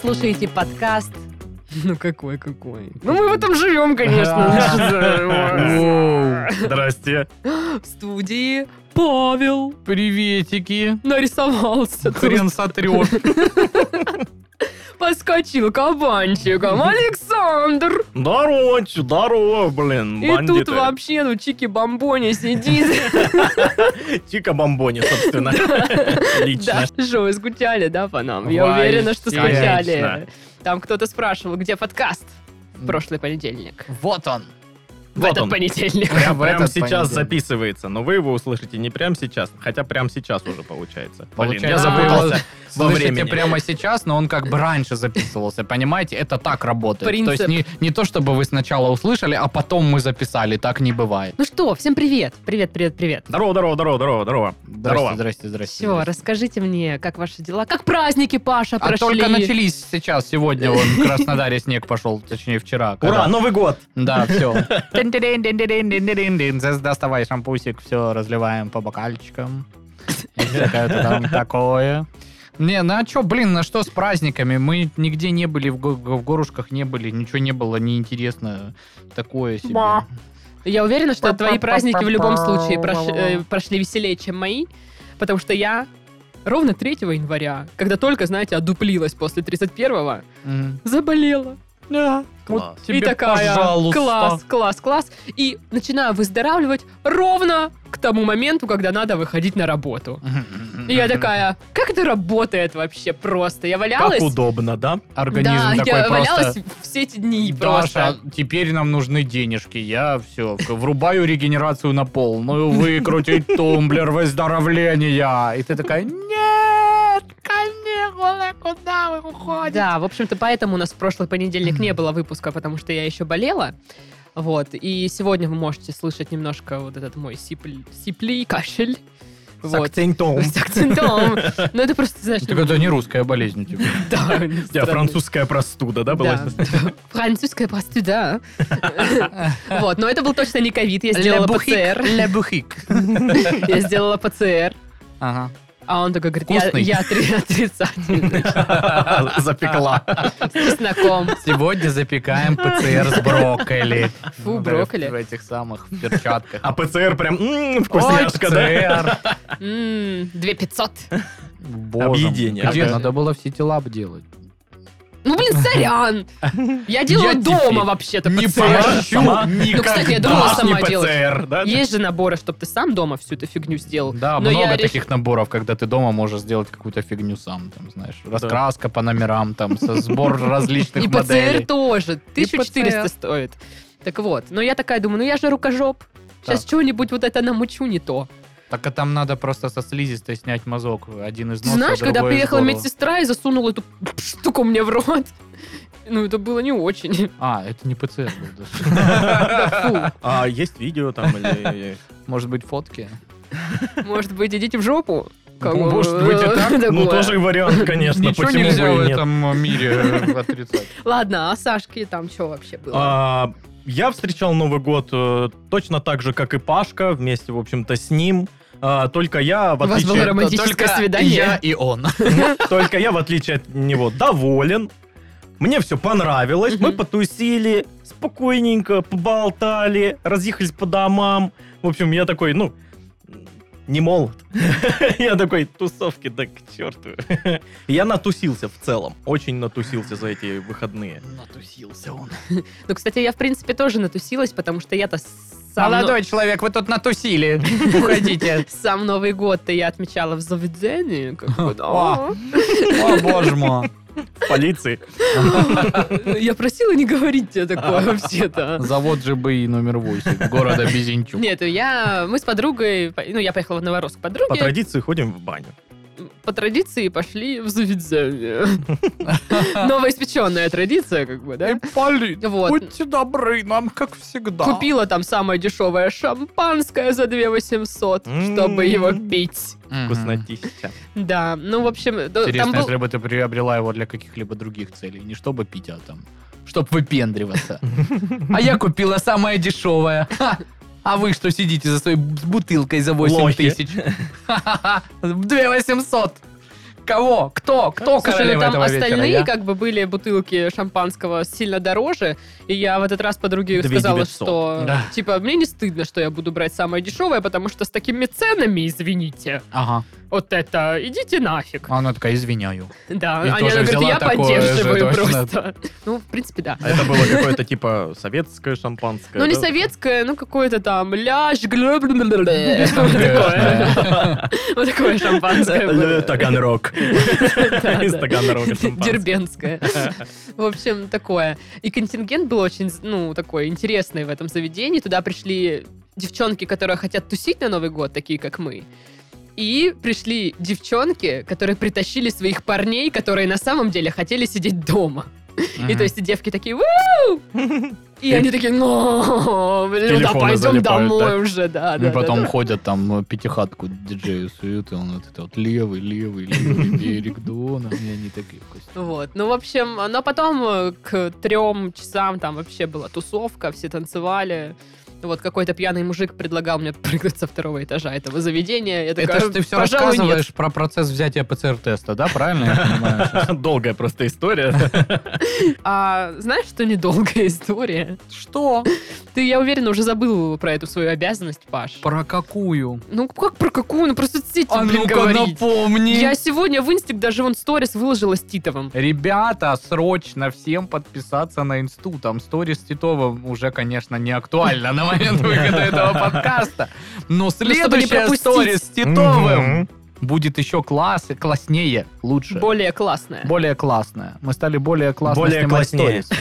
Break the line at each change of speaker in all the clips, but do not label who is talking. слушаете подкаст.
Ну какой, какой.
Ну, мы в этом живем, конечно.
Воу.
Здрасте.
В студии Павел
Приветики.
нарисовался. тут.
Хрен сотрешь.
Поскочил кабанчиком. а Александр!
Здорово, чё, здорово, блин,
И
бандиты.
тут вообще, ну, чики-бомбони сидит.
Чика Бомбони, собственно.
Да,
Лично.
что вы скучали, да, по нам? Я уверена, что
Вообще.
скучали.
Конечно.
Там кто-то спрашивал, где подкаст? В прошлый понедельник.
Вот он.
В
Вот
этот
он.
понедельник.
Прям,
В
прям
этот
сейчас
понедельник.
записывается, но вы его услышите не прям сейчас, хотя прям сейчас уже получается. Блин, я
Получается,
А,
вы
запутался
его
во
слышите
времени.
прямо сейчас, но он как бы раньше записывался, понимаете? Это так работает.
Принцип.
То есть не, не то, чтобы вы сначала услышали, а потом мы записали. Так не бывает.
Ну что, всем привет. Привет, привет, привет.
Здорово, здорово, здорово, здорово, здорово.
Здрасте,
Здорово.
здрасте, здрасте.
Все,
здрасте.
расскажите мне, как ваши дела? Как праздники, Паша,
А
прошли?
только начались сейчас, сегодня вон, в Краснодаре снег пошел, точнее вчера.
Ура, ну
когда-
Новый год!
Да, все. Доставай шампусик, все разливаем по бокальчикам. И всякое там такое. Не, ну а что, блин, на что с праздниками? Мы нигде не были, в, го- в горушках не были, ничего не было, неинтересно. Такое себе.
Ба. Я уверена, что твои праздники в любом случае прош- э, прошли веселее, чем мои, потому что я ровно 3 января, когда только, знаете, одуплилась после 31-го,
М.
заболела. Да.
Класс.
и
Тебе,
такая,
пожалуйста.
класс, класс, класс. И начинаю выздоравливать ровно к тому моменту, когда надо выходить на работу. И я такая, как это работает вообще просто? Я
Как
валялась...
удобно, да?
да,
Организм такой
я валялась
просто...
все эти дни
Даша, а
просто.
теперь нам нужны денежки. Я все, врубаю регенерацию на полную, выкрутить тумблер выздоровления. И ты такая, нет, каникулы, куда вы уходите?
Да, в общем-то, поэтому у нас в прошлый понедельник не было выпуска, потому что я еще болела. Вот, и сегодня вы можете слышать немножко вот этот мой сипль, сипли, кашель.
С
Вот.
акцентом.
С акцентом. Ну, это просто, знаешь...
Так это не русская болезнь типа. у тебя.
Да,
У тебя французская простуда, да, была?
Да. Французская простуда. Вот, но это был точно не ковид. Я сделала ПЦР. Я сделала ПЦР.
Ага.
А он такой говорит, я-
Вкусный?
я отри- отрицательный.
Запекла.
С чесноком.
Сегодня запекаем ПЦР с брокколи.
Фу,
В-
брокколи.
В этих самых перчатках.
А ПЦР прям м, вкусняшка, да?
М, Две пятьсот.
Объедение.
Где
Ага.
надо было все тела обделать?
Ну, блин, сорян. Я делала
Я
дома
теперь
вообще-то
сама-
ПЦР.
сама?
Ну, кстати, я думала
Домашний
сама делать.
ПЦР, да?
Есть же наборы, чтобы ты сам дома всю эту фигню сделал.
Да,
Но я
много
реш-
таких наборов, когда ты дома можешь сделать какую-то фигню сам, там, знаешь, раскраска по номерам, там, со- сбор различных
И ПЦР
моделей.
тоже. 1400
ПЦР.
стоит. Так вот. Но я такая думаю, ну я же рукожоп. Сейчас
Так.
чего-нибудь вот это намучу не то.
Так а там надо просто со слизистой снять мазок, один из
Ты
носа,
знаешь, когда
другой из
приехала
горла.
медсестра и засунула эту штуку мне в рот, ну это было не очень.
А, это не ПЦР был даже.
Да
А есть видео там или...
Может быть, фотки?
фу. Может быть, идите в жопу? Как бы,
Может быть, и так,
Ну,
такое.
тоже вариант, конечно,
Ничего
почему
нельзя в
бы и нет.
этом мире э, отрицать.
Ладно, а Сашки там что вообще было?
А, Я встречал Новый год э, точно так же, как и Пашка, вместе, в общем-то, с ним. А, Только я, в
У вас было
отличие,
романтическое
Только
свидание.
я и он.
только я, в отличие от него, доволен. Мне все понравилось. Мы
Мгм.
потусили, спокойненько поболтали, разъехались по домам. В общем, я такой, ну, не молод. Я такой, тусовки, да к черту. Я натусился в целом. Очень натусился за эти выходные.
Натусился он.
Ну, кстати, я, в принципе, тоже натусилась, потому что я-то сам...
Молодой человек, вы тут натусили. Уходите.
Сам Новый год-то я отмечала в заведении. как бы, да.
О. О, боже мой.
В полиции.
Ну, Я просила не говорить тебе такое вообще-то.
Завод ЖБИ номер 8 города Безинчук.
Нет, я, мы с подругой, по- ну, я поехала в Новороск к подруге.
По традиции ходим в баню.
По традиции пошли в заведение. Новоиспеченная традиция, как бы, да?
Ипполит,
Вот.
будьте добры нам, как всегда.
Купила там самое дешевое шампанское за 2 800,
М.
чтобы его пить.
Мгм.
Вкуснотища.
Да, ну, в общем, да, там
Интересно,
был...
если бы ты приобрела его для каких-либо других целей. Не чтобы пить, а там, чтобы выпендриваться. А я купила самое дешевое. Ха! А вы что сидите за своей бутылкой за 8
Лохи.
тысяч? Ха-ха-ха. 2 800. Кого? Кто? Кто
Слушай, ну
королева
там
этого
остальные
вечера? Я?
как бы были бутылки шампанского сильно дороже, и я в этот раз подруге
Две
сказала,
900.
что
Да.
типа мне не стыдно, что я буду брать самое дешевое, потому что с такими ценами, извините,
Ага.
вот это идите нафиг.
А Она такая, извиняю.
Да,
И
а
тоже
она говорит,
взяла
я
такое
поддерживаю
же, точно.
просто. Ну, в принципе, да.
А Это было какое-то типа советское шампанское.
Ну, не
да?
советское, ну, какое-то там ляж, глё- блё- блё- блё. Вот такое. Вот такое
Э,
шампанское было.
Таганрог.
Да,
Из
да.
Таганрога шампанское.
Дербенская. В общем, такое. И контингент был очень, ну, такой интересный в этом заведении. Туда пришли девчонки, которые хотят тусить на Новый год, такие как мы. И пришли девчонки, которые притащили своих парней, которые на самом деле хотели сидеть дома. И то есть девки такие «Вау!» И они такие, ну, блин, да
Телефоны
пойдем
залипают,
домой
да?
уже, да, да.
Ну, И
да,
потом
да.
ходят там э, пятихатку диджею суют, и он вот это вот левый, левый, левый берег Дона. И они такие, Костя,
Вот, ну, в общем, но потом э, к трем часам там вообще была тусовка, все танцевали. Вот какой-то пьяный мужик предлагал мне прыгнуть со второго этажа этого заведения. Я такая,
Это же ты все
а «Пожалуй,
рассказываешь про процесс взятия ПЦР-теста, да? Правильно я понимаю? сейчас?
Долгая просто история.
нет». А знаешь, что недолгая история?
Что?
Ты, я уверена, уже забыл про эту свою обязанность, Паш.
Про какую?
Ну, как про какую? Ну, просто сидите,
А
блин,
ну-ка
говорить. Я
напомни.
сегодня в инстик даже вон сторис выложила с Титовым.
Ребята, срочно всем подписаться на инсту. Там сторис Титова уже, конечно, не актуально на момент выхода этого подкаста. Но
Ну, чтобы не
следующая
пропустить.
сторис с Титовым будет еще класс, класснее, лучше.
Более классная.
Более классная. Мы стали более классно
Более
снимать
класснее.
сторис.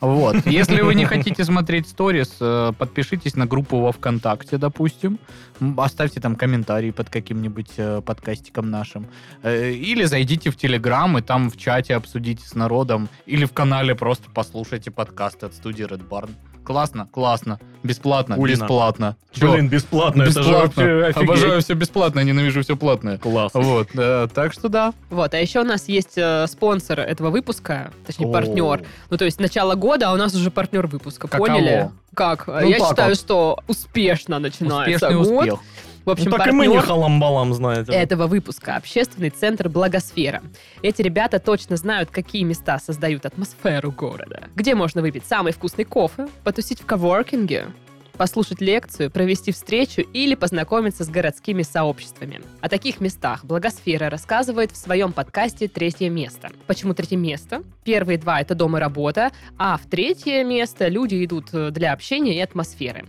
Вот. Если вы не хотите смотреть сторис, э, подпишитесь на группу во ВКонтакте, допустим. М, Оставьте там комментарий под каким-нибудь э, подкастиком нашим. Э, Или зайдите в Телеграм и там в чате обсудите с народом. Или в канале просто послушайте подкаст от студии Red Barn. Классно, классно. Бесплатно,
Улина.
бесплатно. Чё?
Блин, бесплатно. Это же вообще
бесплатно.
офигеть.
Обожаю все бесплатное, ненавижу все платное.
Класс.
Вот, э, так что да.
Вот, а еще у нас есть э, спонсор этого выпуска, точнее, партнер. Ну, то есть начало года, а у нас уже партнер выпуска.
Каково?
Поняли? Как? Я
так
считаю,
вот.
что успешно начинается
Успешный
год.
успех.
В
Ну
общем,
так и мы не
партнер
халам-балам, знаете. ли.
этого выпуска – общественный центр «Благосфера». Эти ребята точно знают, какие места создают атмосферу города. Где можно выпить самый вкусный кофе, потусить в коворкинге, послушать лекцию, провести встречу или познакомиться с городскими сообществами. О таких местах «Благосфера» рассказывает в своем подкасте «Третье место». Почему третье место? Первые два – это дом и работа, а в третье место люди идут э, для общения и атмосферы.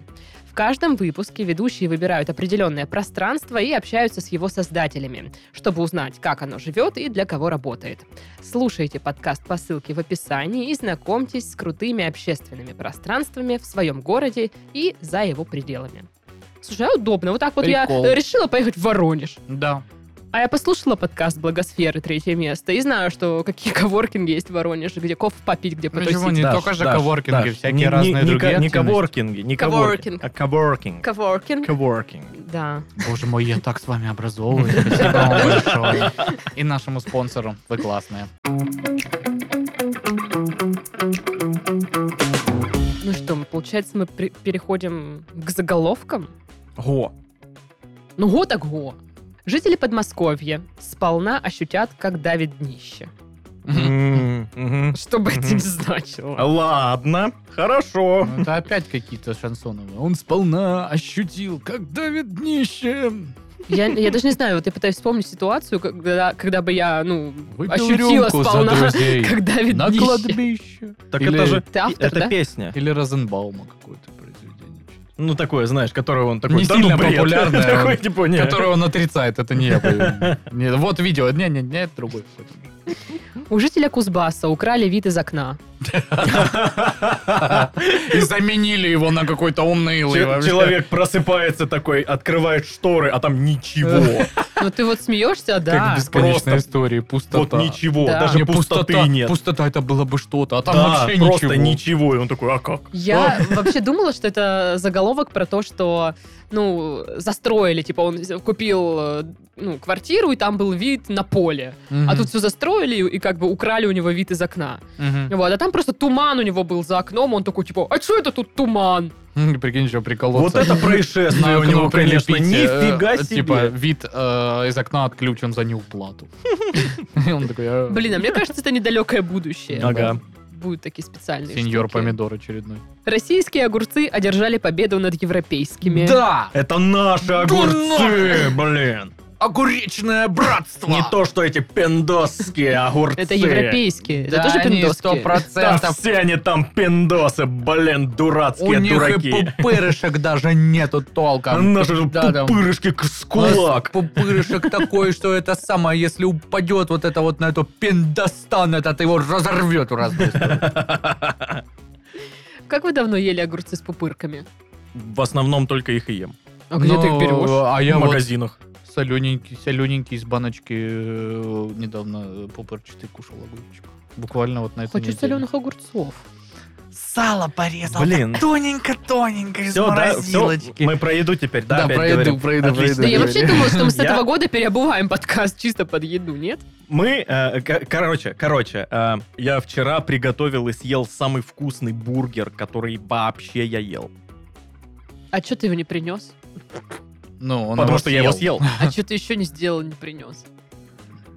В каждом выпуске ведущие выбирают определенное пространство и общаются с его создателями, чтобы узнать, как оно живет и для кого работает. Слушайте подкаст по ссылке в описании и знакомьтесь с крутыми общественными пространствами в своем городе и за его пределами. Слушай, а удобно. Вот так вот
Прикол.
я э, решила поехать в Воронеж.
Да.
А я послушала подкаст «Благосферы. Третье место» и знаю, что какие коворкинги есть в Воронеже, где кофе попить, где
Ну, чего
потусить.
не
Даш,
только же
Даш,
коворкинги,
Даш,
всякие
не- не-
разные
не
другие
ко- Не
активности.
коворкинги, не коворкинг.
Коворкинг.
А коворкинг.
Коворкинг.
Коворкинг.
Да.
Боже мой, я так с вами образовываюсь. Спасибо вам большое. И нашему спонсору. Вы классные.
Ну что, мы, получается, мы при- переходим к заголовкам.
Го.
Ну, го так го. Жители Подмосковья сполна ощутят, как давит днище.
Ну,
М, мгм.
Что бы это
Мгм.
ни
А
значило.
Ладно, хорошо.
Ну, Это опять какие-то шансоновые. Он сполна ощутил, как давит днище.
Я, я даже не знаю, вот я пытаюсь вспомнить ситуацию, когда, когда бы я, ну,
Выпил
ощутила
рюмку за
сполна,
друзей.
как давит
На
днище.
кладбище.
Так
Или-
это же...
Ты автор,
это
да?
песня.
Или Розенбаума какое-то произведение.
Ну, такое, знаешь, которое он такой...
Не
«Да
сильно
ну, бред».
популярное.
Такой, типа, не.
Которое он отрицает, это не я. блин. Нет, Вот видео. Не-не-не, это другой.
У жителя Кузбасса украли вид из окна.
И заменили его на какой-то умный
Че- Человек просыпается такой, открывает шторы, а там ничего.
Ну, ты вот смеешься, да.
Как бесконечная
Просто
история,
Вот
пустота.
ничего,
Да.
даже
Не,
пустоты
пустота,
нет.
Пустота это было бы что-то, а там
Да,
вообще
просто
ничего.
ничего. И он такой, а как?
Я вообще думала, что это заголовок про то, что, ну, застроили, типа, он купил, э, ну, квартиру, и там был вид на поле.
Мгм.
А тут все застроили и как бы украли у него вид из окна.
Мгм.
Вот, а там просто туман у него был за окном, он такой, типа, а что это тут туман?
М, Прикинь, еще приколоться.
Вот это происшествие
На
у него,
окно
конечно,
прилепить, э,
нифига
Типа,
себе.
вид э, из окна отключен за неуплату. И Он такой, «А,
Блин, а мне кажется, это недалекое будущее.
Ага.
Будут такие специальные
сеньор
штуки.
помидор очередной.
Российские огурцы одержали победу над европейскими.
Да!
Это наши огурцы,
Дурное!
блин.
Огуречное братство!
Не то, что эти пиндосские огурцы.
Это европейские. Это
Да,
тоже
они
пиндоски.
100%.
Да все они там пиндосы, блин,
а У
дурацкие
них и
дураки.
пупырышек даже нету
А
толком.
наши же
Да, там.
пупырышки к- с
У нас
кулак.
Пупырышек такой, что это самое, если упадет вот это вот на эту пиндостан, этот его разорвет в разнос.
Как вы давно ели огурцы с пупырками?
В основном только их и ем.
А где ты их
Ну,
берешь?
А
В
я вот
магазинах.
солененький, солененький из баночки э, недавно пупырчатый кушал огурчик. Буквально вот на этой
Хочу
неделе.
соленых огурцов.
Сало порезал.
Блин.
Тоненько-тоненько из
Все, да, всё,
морозилочки.
мы про еду теперь, да,
Да,
опять
про еду,
говорим?
про еду, про
Отлично.
еду.
Да я вообще думала, что мы с
Я-
этого года переобуваем подкаст чисто под еду, нет?
Мы, э, ко- короче, короче, э, я вчера приготовил и съел самый вкусный бургер, который вообще я ел.
А что ты его не принес?
Ну, он
потому что я его съел.
А что ты еще не сделал, не принес?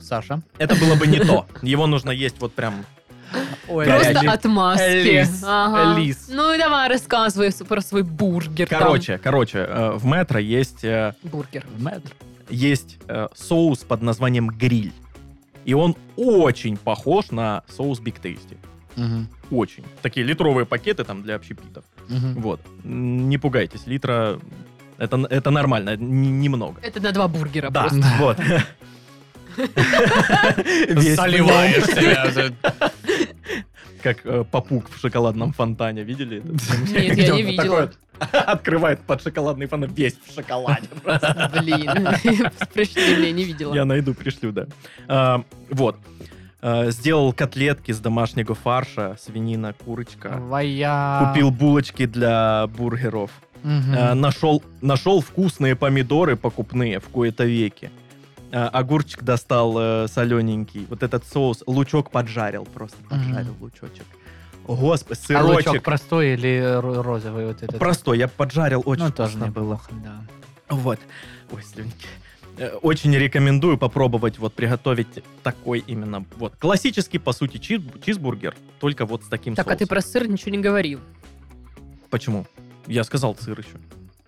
Саша.
Это было бы не то. Его нужно есть вот прям...
Ой,
Просто
Элис.
отмазки.
Элис.
Ага.
Элис.
Ну и давай рассказывай с- про свой бургер. там.
Короче, короче, э, в метро есть, э,
Бургер.
есть э, соус под названием гриль. И он очень похож на соус Биг Тейсти.
Мгм,
Очень. Такие литровые пакеты там для общепитов.
мгм.
Вот. М, Не пугайтесь, литра... Это, это нормально, н- немного.
Это на два бургера
Да,
просто.
вот. Весь
Заливаешь себя.
пыль, Как э, попуг в шоколадном фонтане, видели? это?
Нет,
Где
я
он
не
вот
видела.
такой вот Открывает под шоколадный фонтан, весь в шоколаде.
Блин. Пришли меня не
Я
видела.
найду, пришлю, да. А, Вот. А, Сделал котлетки с домашнего фарша, свинина, курочка.
А.
Твоя.
Купил булочки для бургеров.
Мгм.
Э, нашел, нашел вкусные помидоры покупные в кои-то веки. Э, Огурчик достал э, солененький. Вот этот соус. Лучок поджарил просто. Поджарил лучочек. Господи,
А лучок
сырочек.
простой или ро- розовый вот этот?
Простой, я поджарил, очень
Ну, тоже
вкусно было.
неплохо, да.
Вот. Ой, слюнки. Э, Очень рекомендую попробовать вот приготовить такой именно вот классический, по сути, чиз- чизбургер, только вот с таким
Так, а ты
соусом.
про сыр ничего не говорил.
Почему? Я сказал сыр еще.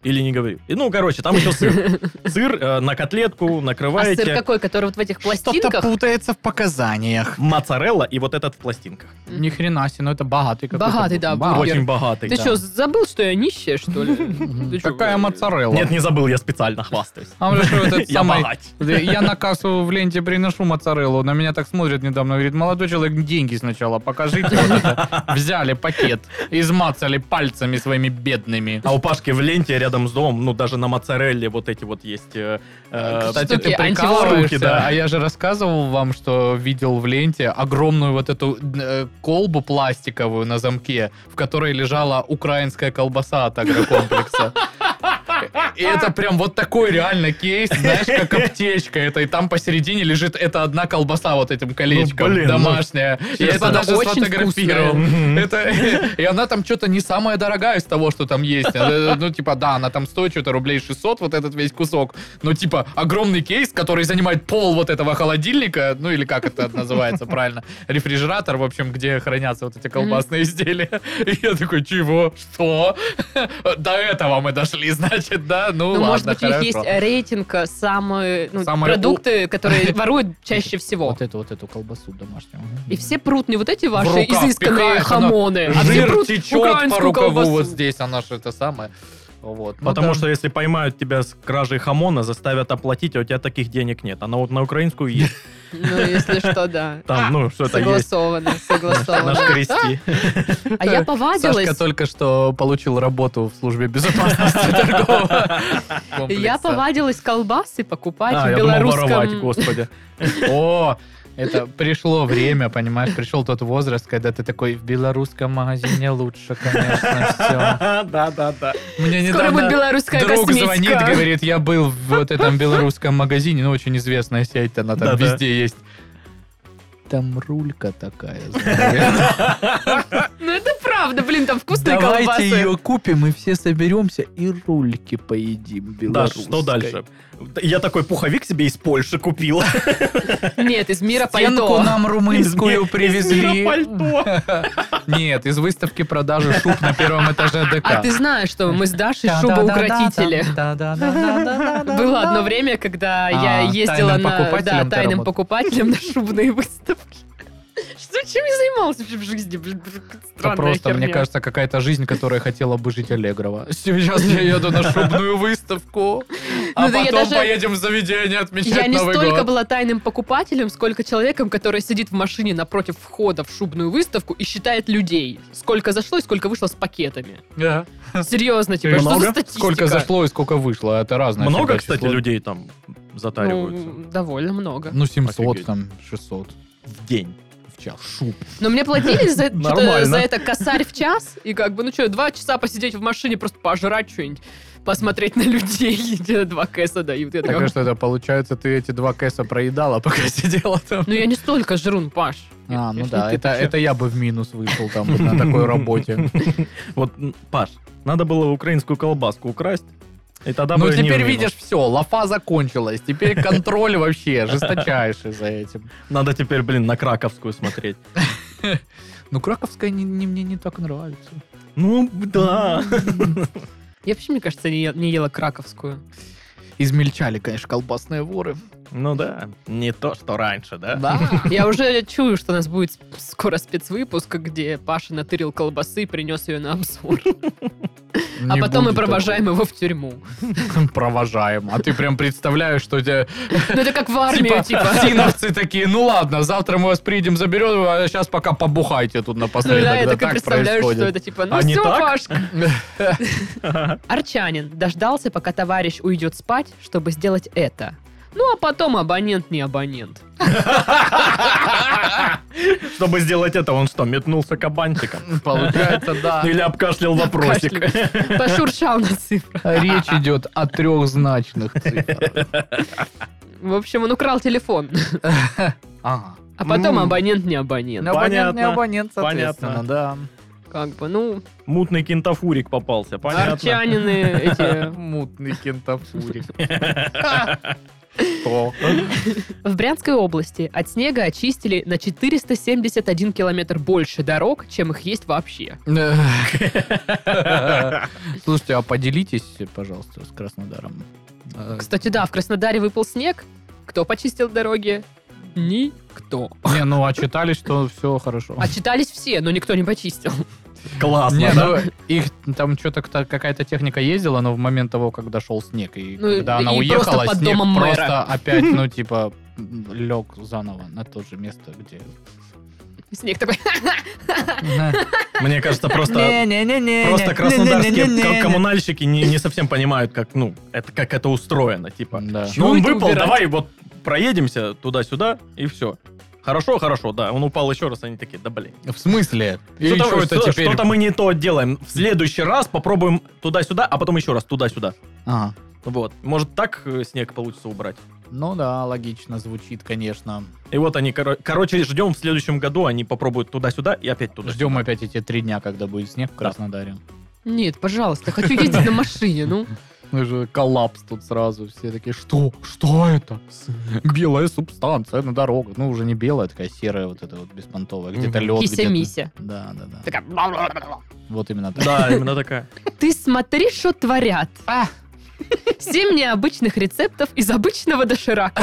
Или не говорю. И, Ну, короче, там еще сыр. Сыр э, на котлетку
А
накрываете.
сыр какой, который вот в этих
Что-то
пластинках?
путается в показаниях.
Моцарелла и вот этот в пластинках.
Мгм.
Ни хрена себе, ну это богатый какой-то.
Богатый, да,
А,
бургер.
Очень богатый.
Ты
да.
что, забыл, что я нищая, что ли? Ты чё?
Какая моцарелла.
Нет, не забыл, я специально хвастаюсь.
А он же вот этот
Я
самый...
богач.
Да Я на кассу в ленте приношу моцареллу, на меня так смотрят недавно, говорит, молодой человек, деньги сначала покажите. вот это». Взяли пакет, измацали пальцами своими бедными.
А у Пашки в ленте рядом с домом, ну, даже на моцарелле вот эти вот есть... э, э,
А, Кстати,
штуки
ты
антиворуки,
прикалываешься,
да.
а я же рассказывал вам, что видел в ленте огромную вот эту э, колбу пластиковую на замке, в которой лежала украинская колбаса от агрокомплекса. И это прям вот такой реально кейс, знаешь, как аптечка. Это и там посередине лежит эта одна колбаса вот этим колечком
блин, ну,
домашняя. И
честно,
это
она
даже
очень
сфотографировал.
вкусная.
Мгм.
Это, и она там что-то не самая дорогая из того, что там есть. Она, Ну, типа, да, она там стоит что-то рублей 600, вот этот весь кусок. Но, типа, огромный кейс, который занимает пол вот этого холодильника, ну, или как это называется правильно, рефрижератор, в общем, где хранятся вот эти колбасные изделия. И я такой, чего? Что? До этого мы дошли, значит, да? Ну,
Ну,
ладно,
может быть, у них
хорошо.
есть рейтинг э, самые, ну,
Самые
продукты, которые воруют чаще всего.
эту, вот эту колбасу домашнюю.
И все прут не вот эти ваши
руках
изысканные
пихают, оно
хамоны, а все
Жир
прут
течет по
украинскую
рукаву
колбасу.
вот здесь, она же это самое. Вот. Ну,
Потому
да.
что если поймают тебя с кражей хамона, заставят оплатить, а у тебя таких денег нет. Она вот на украинскую есть.
Ну, если что, да. А,
Там, ну, что-то есть.
Согласовано,
Наш
согласовано.
крести.
А я повадилась.
Сашка только что получил работу в службе безопасности торгового
Я
комплекса.
повадилась колбасы покупать
А,
в
я думал воровать,
белорусском...
господи.
О, это пришло время, понимаешь, пришел тот возраст, когда ты такой, в белорусском магазине лучше, конечно,
Да, да, да.
все. Мне
Скоро будет
недавно
белорусская
друг звонит,
косметика.
говорит, я был в вот этом белорусском магазине, ну, очень известная сеть, она там
Да-да.
везде есть. Там рулька такая, знаешь.
Ну, это правда, блин, там вкусные
Давайте
колбасы.
ее купим и все соберемся и рульки поедим
Да,
белорусской.
что дальше? Я такой пуховик себе из Польши купил.
Нет, А из мира
Стенку
пальто.
нам румынскую привезли.
пальто.
Нет, из выставки продажи шуб на первом этаже
А
ДК.
ты знаешь, что мы с Дашей шубоукротители. Было
Было
одно время, когда я
А,
ездила
тайным
на
покупателем
да,
ты
тайным
работал.
покупателем на шубные выставки. Что, чем я занималась вообще в жизни? Блин,
Это
странная
просто, мне
херня.
кажется, какая-то жизнь, которая хотела бы жить Аллегрова. Сейчас я еду на шубную выставку, а
Ну да я
потом
даже-
поедем в заведение
Я
отмечать
не
Новый
столько
год.
была тайным покупателем, сколько человеком, который сидит в машине напротив входа в шубную выставку и считает людей. Сколько зашло и сколько вышло с пакетами.
Да.
Серьезно, типа, что
Много?
за статистика?
Хм. Сколько зашло и сколько вышло, это разное.
Много,
всегда
кстати,
число.
людей там затариваются
Ну, довольно много.
Ну, 700,
Офигеть.
там, 600
в день.
в час.
Шуб.
Но мне платили за, это- что-то
Нормально.
за это косарь в час, и как бы, ну что, два часа посидеть в машине, просто пожрать что-нибудь, посмотреть на людей, и тебе два кэса дают. Я
Так а
такая,
что это, получается, ты эти два кэса проедала, пока сидела там.
ну я не столько жрун, Паш.
А, ну
Конечно,
да,
ты
это, это я бы в минус вышел там вот на такой работе.
Вот, м, Паш, надо было украинскую колбаску украсть, и тогда
Ну
бы не
теперь
в минус.
видишь, все, лафа закончилась. Теперь контроль вообще жесточайший за этим.
Надо теперь, блин, на краковскую смотреть.
Ну, краковская не- не- мне не так нравится.
Ну, да.
Я вообще, мне кажется, не, е- не ела краковскую.
Измельчали, конечно, колбасные воры.
Ну да, не то, что раньше,
А?
да?
Да.
Я уже чую, что у нас будет сп- скоро спецвыпуск, где Паша натырил колбасы и принес ее на обзор. А
Не
потом мы
будет
провожаем его в тюрьму.
такого. Провожаем. А ты прям представляешь, что у тебя
Ну это как в армию,
типа
типа.
синовцы такие, ну ладно, завтра мы вас приедем, заберем, а сейчас пока побухайте тут
Ну
напоследок.
да, я
Да,
так и
так
представляю, что
происходит.
это типа, ну
А не
все,
так?
Пашка, Арчанин дождался, пока товарищ уйдет спать, чтобы сделать это. Ну, а потом абонент не абонент.
Чтобы сделать это, он что, метнулся кабанчиком?
Получается, да.
Или обкашлял вопросик?
Кашляет. Пошуршал на цифрах.
Речь идет о трехзначных цифрах.
В общем, он украл телефон.
Ага.
А потом
М.
Ну.
абонент не абонент.
Ну, абонент, не
Понятно.
абонент, соответственно,
Понятно.
да.
Как бы, ну,
Мутный кентафурик попался, понятно?
арчанины эти...
Мутный кентафурик. Кто?
В Брянской области от снега очистили на 471 километр больше дорог, чем их есть вообще.
Слушайте, а поделитесь, пожалуйста, с Краснодаром. Э,
Кстати, да, в Краснодаре выпал снег. Кто почистил дороги? Никто.
Не, ну а читали, что все хорошо.
А читались все, но никто не почистил.
Не,
Классно, да?
ну, их там что-то какая-то техника ездила, но в момент того, как дошел снег, и
Ну,
когда
и
она
просто
уехала,
под
снег
домом мэра.
просто опять, ну, типа, м, лег заново на то же место, где...
Снег такой,
Мне кажется, просто...
Не-не-не-не.
Просто краснодарские
Не-не-не-не.
ком- коммунальщики не, не совсем понимают, как, ну, это, как это устроено. Типа,
Да.
ну, он
это
выпал,
убирать?
давай вот проедемся туда-сюда, и все. Хорошо, хорошо, да. Он упал еще раз, они такие, да блин.
В смысле? И
Что-то-
чё это
что-
теперь?
Что-то мы не то делаем. В следующий раз попробуем туда-сюда, а потом еще раз туда-сюда.
Ага.
Вот. Может, так э, снег получится убрать.
Ну да, логично звучит, конечно.
И вот они, коро- короче, ждем в следующем году, они попробуют туда-сюда и опять туда.
Ждем опять эти три дня, когда будет снег в Краснодаре.
Нет, пожалуйста, хочу ездить на машине, ну.
Ну же коллапс тут сразу. Все такие, что? Что это? Белая субстанция на дорогах. Ну, уже не белая, такая серая вот эта вот беспонтовая. Где-то лед.
Мгм.
Кися-мися.
Да, да, да.
Такая...
Вот именно так.
Да, именно такая.
Ты смотри, что творят.
А.
Семь необычных рецептов из обычного доширака.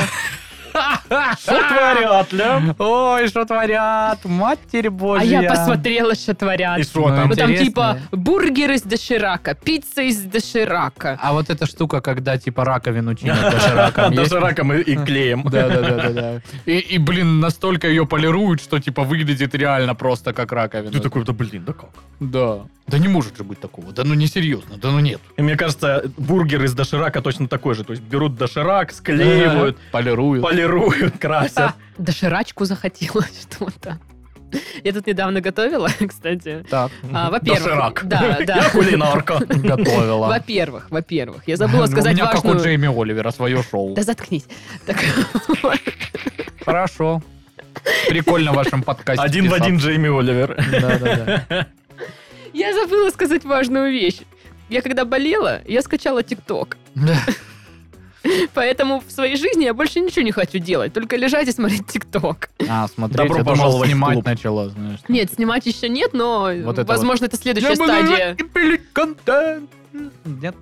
Что творят, ля?
Ой, что творят? Матерь божья.
А я посмотрела, что творят.
И что
Ну,
там?
Ну там
Интересно.
типа бургер из доширака, пицца из доширака.
А вот эта штука, когда типа раковину чинят дошираком. есть?
Даже раком и- и клеем.
Да, да, да, да, да. И, и, блин, настолько ее полируют, что типа выглядит реально просто как раковина.
Ты такой, да блин, да как?
Да. Да не может же быть такого. Да ну не серьезно, да ну нет.
И мне кажется, бургер из доширака точно такой же. То есть берут доширак, склеивают,
полируют.
полируют, красят.
А, Доширачку захотела что-то. Я тут недавно готовила, кстати.
Так,
А, во-первых,
Доширак.
да, да.
Я кулинарка.
готовила. Ну,
Во-первых, во-первых, я
Ну,
забыла сказать
У меня, как у
важную...
Джейми Оливера, свое шоу.
Да заткнись. Так,
Хорошо. Прикольно в вашем подкасте.
Один в один Джейми Оливер.
Да, да, да.
Я забыла сказать важную вещь. Я когда болела, я скачала ТикТок. Поэтому в своей жизни я больше ничего не хочу делать, только лежать и смотреть ТикТок.
А, смотреть,
Добро
я думал,
пожаловать в
снимать
клуб.
начала, знаешь.
Нет, снимать еще нет, но,
Вот это
возможно, это следующая стадия.
контент. Нет?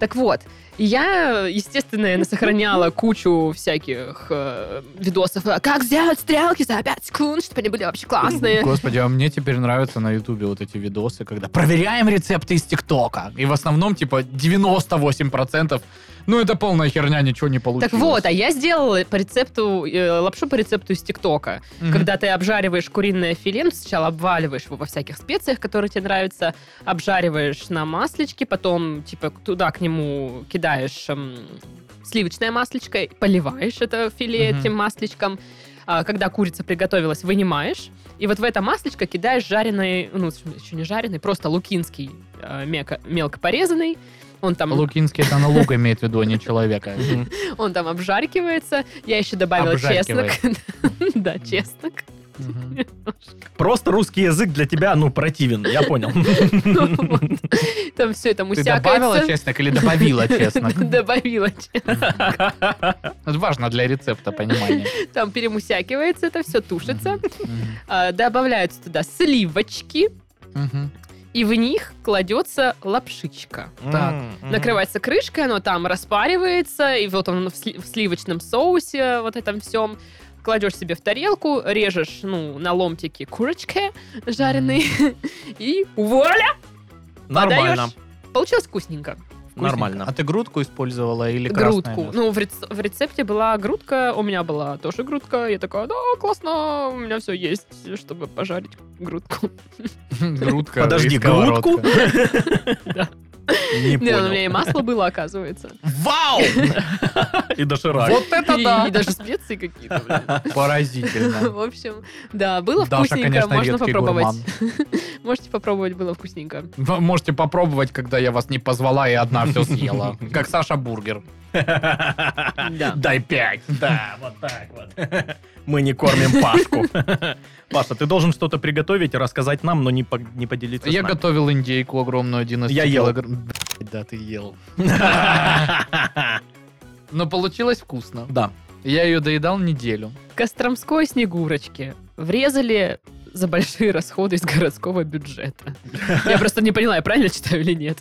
Так вот, и я, естественно, наверно, сохраняла кучу всяких э, видосов. Как сделать стрелки за 5 секунд, чтобы они были вообще классные.
Господи, а мне теперь нравятся на Ютубе вот эти видосы, когда проверяем рецепты из ТикТока. И в основном, типа, 98%. Ну, это полная херня, ничего не получилось.
Так вот, а я сделала по рецепту, э, лапшу по рецепту из ТикТока.
Мгм.
Когда ты обжариваешь куриное филе, ну, сначала обваливаешь его во всяких специях, которые тебе нравятся, обжариваешь на маслечке, потом, типа, к- туда к нему кидаешь эм, сливочное маслечко, и поливаешь это филе
Мгм.
этим маслечком. А когда курица приготовилась, вынимаешь, и вот в это маслечко кидаешь жареный, ну, в общем, еще не жареный, просто лукинский, э, меко- мелко порезанный, он там,
Лукинский это на лук имеет в виду, а не человека.
он там обжаркивается. Я еще добавила чеснок. Да, чеснок.
Мгм.
Просто русский язык для тебя, ну, противен, я понял.
Вот. Там все это
Ты
мусякается.
добавила чеснок или добавила чеснок?
Добавила чеснок.
Ну, Это важно для рецепта понимания.
Там перемусякивается это все, тушится.
Мгм.
А, Добавляются туда сливочки,
Мгм.
и в них кладется лапшичка.
Так.
М-м-м.
Накрывается крышкой, оно там распаривается, и вот он в сли- в сливочном соусе, вот этом всем. Кладешь себе в тарелку, режешь, ну, на ломтики курочки жареные, и вуаля,
Нормально.
подаешь. Получилось вкусненько.
А
Нормально.
ты грудку использовала или красное
грудку.
мясо?
Ну, в, рец- в рецепте была грудка, у меня была тоже грудка. Я такая, да, классно, у меня все есть, чтобы пожарить грудку. ну.
Грудка.
Подожди,
и сковородка.
грудку?
Не,
Не
у меня и
понял.
масло было, оказывается.
Вау! И доширак.
Вот это
И,
да!
и даже специи какие-то. блин.
Поразительно.
В общем, да, было
Даша,
вкусненько,
конечно,
можно
редкий
попробовать. Можете попробовать, было вкусненько.
Вы можете попробовать, когда я вас не позвала и одна все съела. Как Саша Бургер.
Да.
Дай пять. Да, вот так вот. Мы не кормим Пашку. Паша, ты должен что-то приготовить и рассказать нам, но не по- не поделиться с
Я
нами.
готовил индейку огромную 11
Я ел.
килограмм. Да, ты ел. Но получилось вкусно.
Да.
Я ее доедал неделю.
В Костромской снегурочке врезали за большие расходы из городского бюджета. Я просто не поняла, я правильно читаю или нет.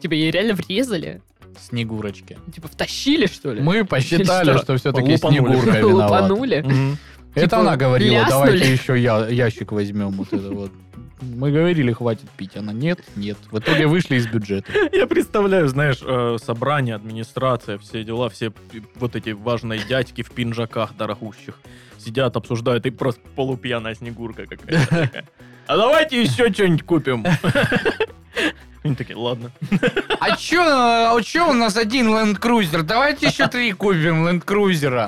Типа, ей реально врезали?
Снегурочки.
Типа, втащили, что ли?
Мы посчитали,
Что?
что все-таки
Лупанули.
Снегурка виновата.
Лупанули.
Мгм.
Это
Типа,
она говорила,
ляснули.
давайте еще я- ящик возьмем. Вот это вот. Мы говорили, хватит пить. Она нет, нет. В итоге вышли из бюджета.
Я представляю, знаешь, э, собрание, администрация, все дела, все пи- вот эти важные дядьки в пинжаках дорогущих сидят, обсуждают, и просто полупьяная снегурка какая-то. такая. А давайте еще что-нибудь купим. Они такие, ладно.
А чё, а чё у нас один Land Cruiser? Давайте еще три купим Land Cruiser.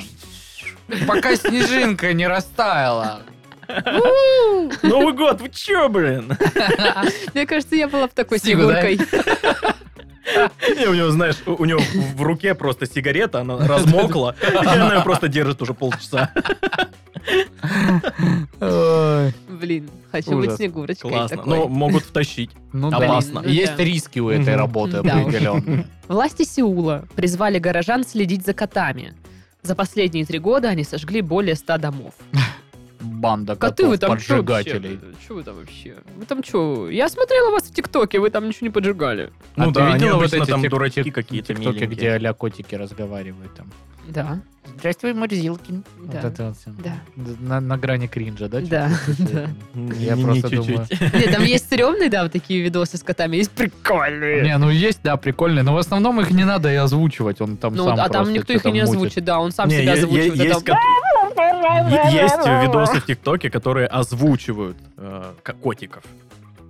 Пока снежинка не растаяла.
Новый год, вы че, блин?
Мне кажется, я была в такой
Снегу, да?
снегуркой.
И у него, знаешь, у у него в в руке просто сигарета, она размокла, и она ее просто держит уже полчаса.
Ну
Блин, хочу
Ужас. Ну,
быть снегурочкой
Классно.
такой.
Но могут втащить.
А
Опасно.
Ну
Есть
да.
риски у этой
Мгм.
работы
Да.
определенные.
Власти Сеула призвали горожан следить за котами. За последние три года они сожгли более ста домов.
Банда
Коты, вы
котов,
там что вообще?
поджигателей.
Чё вы там вообще? Вы там что? Я смотрела вас в ТикТоке, вы там ничего не поджигали.
А
Ну
ты
да, они
видела вот
обычно
эти
там
тик-
дурачки
тик-
какие-то
тиктоки,
миленькие?
где а-ля котики разговаривают там?
Да,
Здравствуй, Мурзилкин.
Да.
Вот это вот всё.
да,
На, на грани кринжа, да?
да,
чуть-чуть?
да.
Я просто думаю,
Нет, там есть стрёмные, да, вот такие видосы с котами, есть прикольные.
Не, ну есть, да, прикольные, но в основном их не надо и озвучивать, он там
Ну,
сам
а там
просто
никто их и
чё-то
не
мутит.
озвучит, да, он сам
Не,
себя
е- е-
озвучивает. а
есть
там-
кот- е- Есть видосы в ТикТоке, которые озвучивают э, ко- котиков.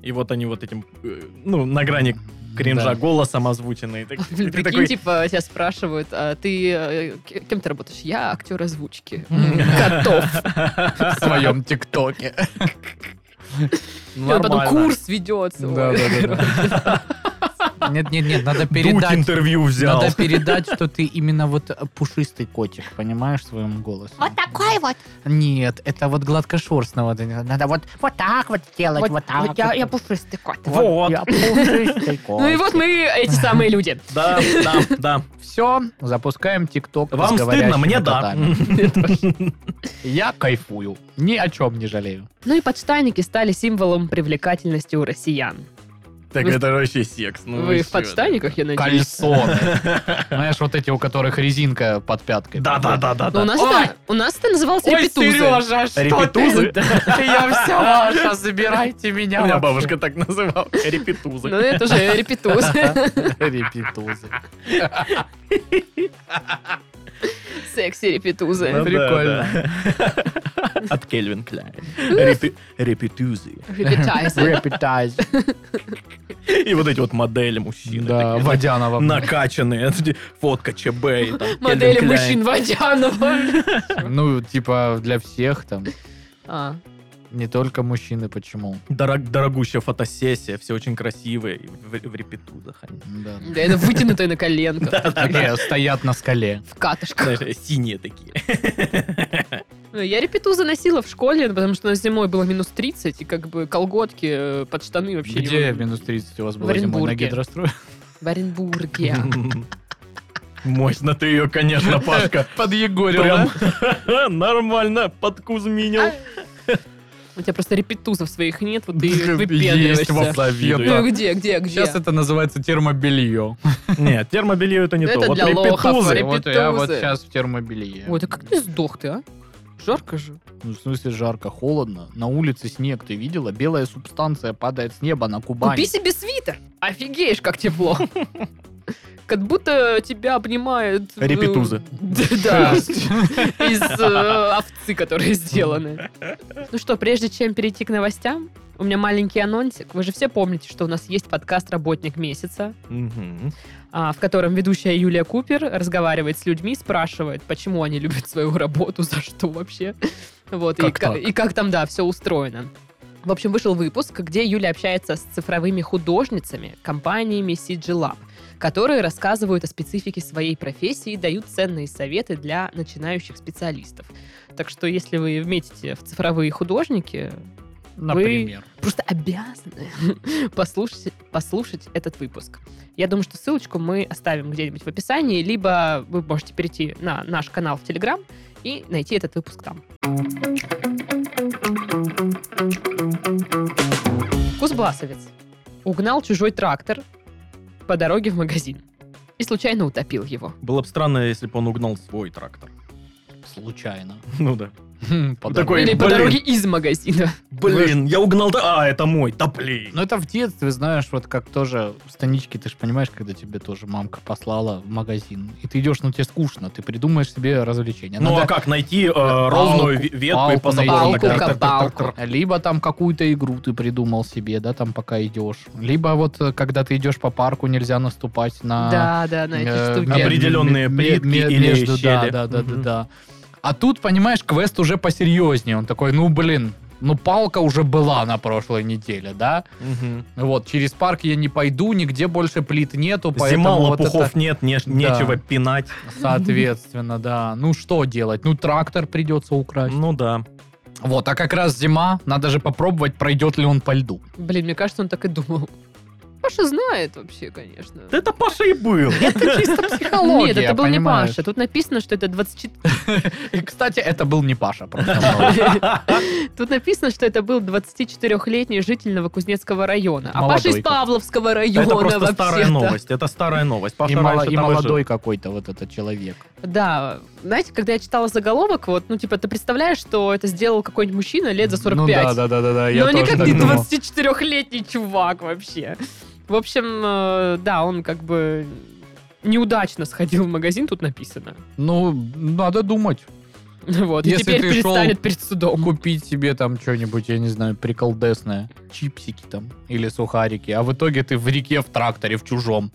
И вот они вот этим, э, ну, на грани кринжа
Да.
голосом озвученные. Так- и
Блин,
ты
прикинь,
такой,
типа, тебя спрашивают, а ты э, к- кем ты работаешь? Я актер озвучки. Котов.
в своем ТикТоке.
И он потом
«Нормально».
курс ведется.
Да, да, да, да. Нет, нет, нет, надо
Дудь
передать.
интервью взял.
Надо передать, что ты именно вот пушистый котик, понимаешь, своим голосом.
Вот такой вот.
Нет, это вот гладкошерстного. да не- Надо вот, вот так вот сделать, вот, так. Вот
я, я пушистый кот.
Вот.
Я пушистый кот.
Ну и вот мы эти самые люди.
Да, да, да.
Все, запускаем ТикТок. с
Вам стыдно,
говорящими
мне да.
котами. Я кайфую. Ни о чем не жалею.
Ну и подштанники стали символом привлекательности у россиян.
Так
Вы-
это вообще секс. ну
Вы в
чё, да.
подштанниках, я надеюсь?
Кальсоны. Знаешь, вот эти, у которых резинка под пяткой.
Да-да-да-да.
Но Ну, у нас, это, у нас это называлось
Ой,
репетузы.
Сережа, что
Репетузы?
ты? Я вся ваша, забирайте меня.
Меня
вообще.
бабушка так называла. Репетузы.
Ну это же репетузы.
Репетузы.
Секси-репетузы.
Ну да,
прикольно.
да. От Кельвин Кляйн. Репе- Репетузы.
Репетайзы.
Репетайз.
И вот эти вот модели мужчин.
Да,
такие,
Водянова.
Накачанные. эти, Фотка ЧБ. и там Кельвин
Модели
Кляйн.
мужчин Водянова.
Ну, типа, для всех там.
А,
Не только мужчины, почему?
Дорог- Дорогущая фотосессия. Все очень красивые. и В в репетузах они.
Да.
Да это вытянутая на коленках.
Такие стоят на скале.
В катышках.
Знаешь, синие такие.
Ну, Я репетузы носила в школе, потому что зимой было минус 30, и как бы колготки э, под штаны вообще не
Где
вы-
минус 30 у вас
В
было зимой? На
Оренбурге.
гидрострое?
В Оренбурге.
Мощно ты ее, конечно, Пашка.
Под
Прям нормально подкузминил.
У тебя просто репетузов своих нет, вот ты
Есть
выпендриваешься.
вообще.
Ну где, где, где?
Сейчас это называется термобелье.
Нет, термобелье это не
Это
то. Вот
для лохов,
репетузы.
реп-
Вот я вот
Репетузы.
сейчас в термобелье.
Ой, да как ты сдох ты, а? Жарко же.
Ну, в смысле жарко, холодно. На улице снег, ты видела? Белая субстанция падает с неба на Кубань.
Купи себе свитер. Офигеешь, как тепло. Как будто тебя обнимают... э,
Репетузы.
Да, из э, овцы, которые сделаны. Ну что, прежде чем перейти к новостям, у меня маленький анонсик. Вы же все помните, что у нас есть подкаст «Работник месяца»,
Мгм.
а, в котором ведущая Юлия Купер разговаривает с людьми, спрашивает, почему они любят свою работу, за что вообще. Вот, и,
Как
ка-
так?
и как там, да, все устроено. В общем, вышел выпуск, где Юля общается с цифровыми художницами, компаниями CG Lab, которые рассказывают о специфике своей профессии и дают ценные советы для начинающих специалистов. Так что, если вы метите в цифровые художники,
Например.
просто обязаны послушать, послушать этот выпуск. Я думаю, что ссылочку мы оставим где-нибудь в описании, либо вы можете перейти на наш канал в Телеграм и найти этот выпуск там. Кузбассовец угнал чужой трактор по дороге в магазин и случайно утопил его.
Было бы странно, если бы он угнал свой трактор.
Случайно.
Ну да.
Хм, по
Такой- Ой,
Или по
блин.
дороге из магазина.
Блин, я угнал... тр- А, это мой, да блин.
Ну, это в детстве, знаешь, вот как тоже станички, ты же понимаешь, когда тебе тоже мамка послала в магазин, и ты идешь, ну, тебе скучно, ты придумаешь себе развлечение.
Ну а
Надо
как найти э,
палку-
ровную ве- ветку и
палку
по забору
найти,
Палку,
накатать?
да.
как палку.
Либо там какую-то игру ты придумал себе, да, там пока идешь. Либо вот э, когда ты идешь по парку, нельзя наступать на...
Да, да, на
э,
эти
на
штуки.
определ- Определенные
ме-
плитки
ме-
или
между- Да,
щели.
да, да, да,
Мгм.
да. А тут, понимаешь, квест уже посерьезнее. Он такой, ну, блин, ну, палка уже была на прошлой неделе, да? Ну
Мгм.
Вот, через парк я не пойду, нигде больше плит нету,
Зима,
Ну, поэтому вот это-
лопухов нет, не- нечего пинать.
Соответственно, да. Ну, что делать? Ну, трактор придется украсть.
Ну да.
Вот, а как раз зима, надо же попробовать, пройдет ли он по льду.
Блин, мне кажется, он так и думал. Паша знает вообще, конечно.
Да Это Паша и был.
Это чисто психология,
Нет, это был не
понимаешь?
Паша. Тут написано, что это 24...
И, кстати, это был не Паша. просто.
Тут написано, что это был 24-летний житель Новокузнецкого района. А
Молодой
Паша из
как.
Павловского района
Это просто
вообще-то.
старая новость. Это старая новость. Паша
И мало-
раньше
и
там жил.
молодой какой-то вот этот человек.
Да. Знаете, когда я читала заголовок, вот, ну, типа, ты представляешь, что это сделал какой-нибудь мужчина лет за
Ну
45.
да-да-да.
Но не как ты 24-летний чувак вообще. В общем, э, да, он как бы неудачно сходил в магазин, тут написано.
Ну, надо думать.
Вот, и
Если
теперь
ты шел-
перестанет перед судом.
Купить себе там что-нибудь, я не знаю, приколдесное. Чипсики там или сухарики. А в итоге ты в реке в тракторе, в чужом.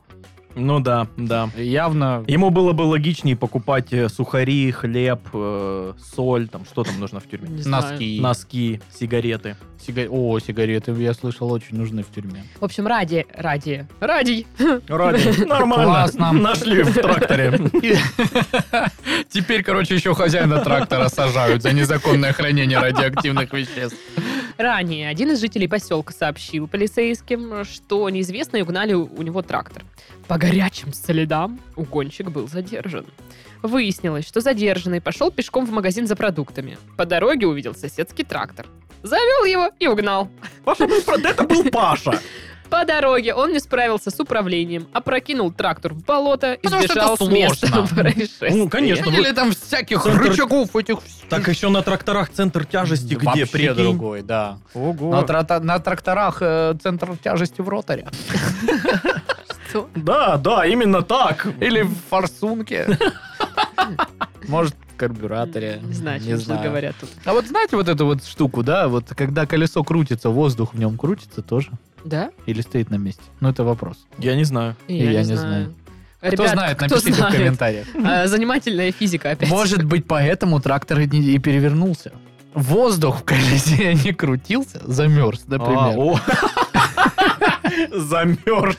Ну да, да.
Явно
Ему было бы логичнее покупать э, сухари, хлеб, э, соль, там что там нужно в тюрьме?
Не знаю.
носки.
Носки, сигареты.
Сига- О, сигареты, я слышал, очень нужны в тюрьме.
В общем, ради, ради, ради.
Ради. Нормально.
Классно.
Нашли в тракторе.
Теперь, короче, еще хозяина трактора сажают за незаконное хранение радиоактивных веществ.
Ранее один из жителей поселка сообщил полицейским, что неизвестные угнали у у него трактор. По горячим следам угонщик был задержан. Выяснилось, что задержанный пошел пешком в магазин за продуктами. По дороге увидел соседский трактор. Завел его и угнал.
Паша был прав, Это был Паша.
По дороге он не справился с управлением, опрокинул трактор в болото и
Потому что это
сбежал с места
сложно.
происшествия.
Ну, конечно.
Или там всяких
Центр-
рычагов этих...
Так еще на тракторах центр тяжести где,
Вообще
прикинь?
другой, да. На,
Ого.
трата- на тракторах э, центр тяжести в роторе.
Что?
Да, да, именно так.
Или в форсунке. Может, в карбюраторе.
Не знаю, о
Не
чем что
знаю.
говорят тут.
А вот знаете вот эту вот штуку, да? Вот когда колесо крутится, воздух в нем крутится тоже?
Да?
Или стоит на месте? Ну, это вопрос.
Я не знаю.
Я не знаю. Кто
Ребят,
знает,
кто
напишите в
знает?
комментариях.
А, Занимательная физика опять.
Может быть, поэтому трактор и не- и перевернулся. Воздух в колесе не крутился, замерз,
А,
например.
о. Замерз.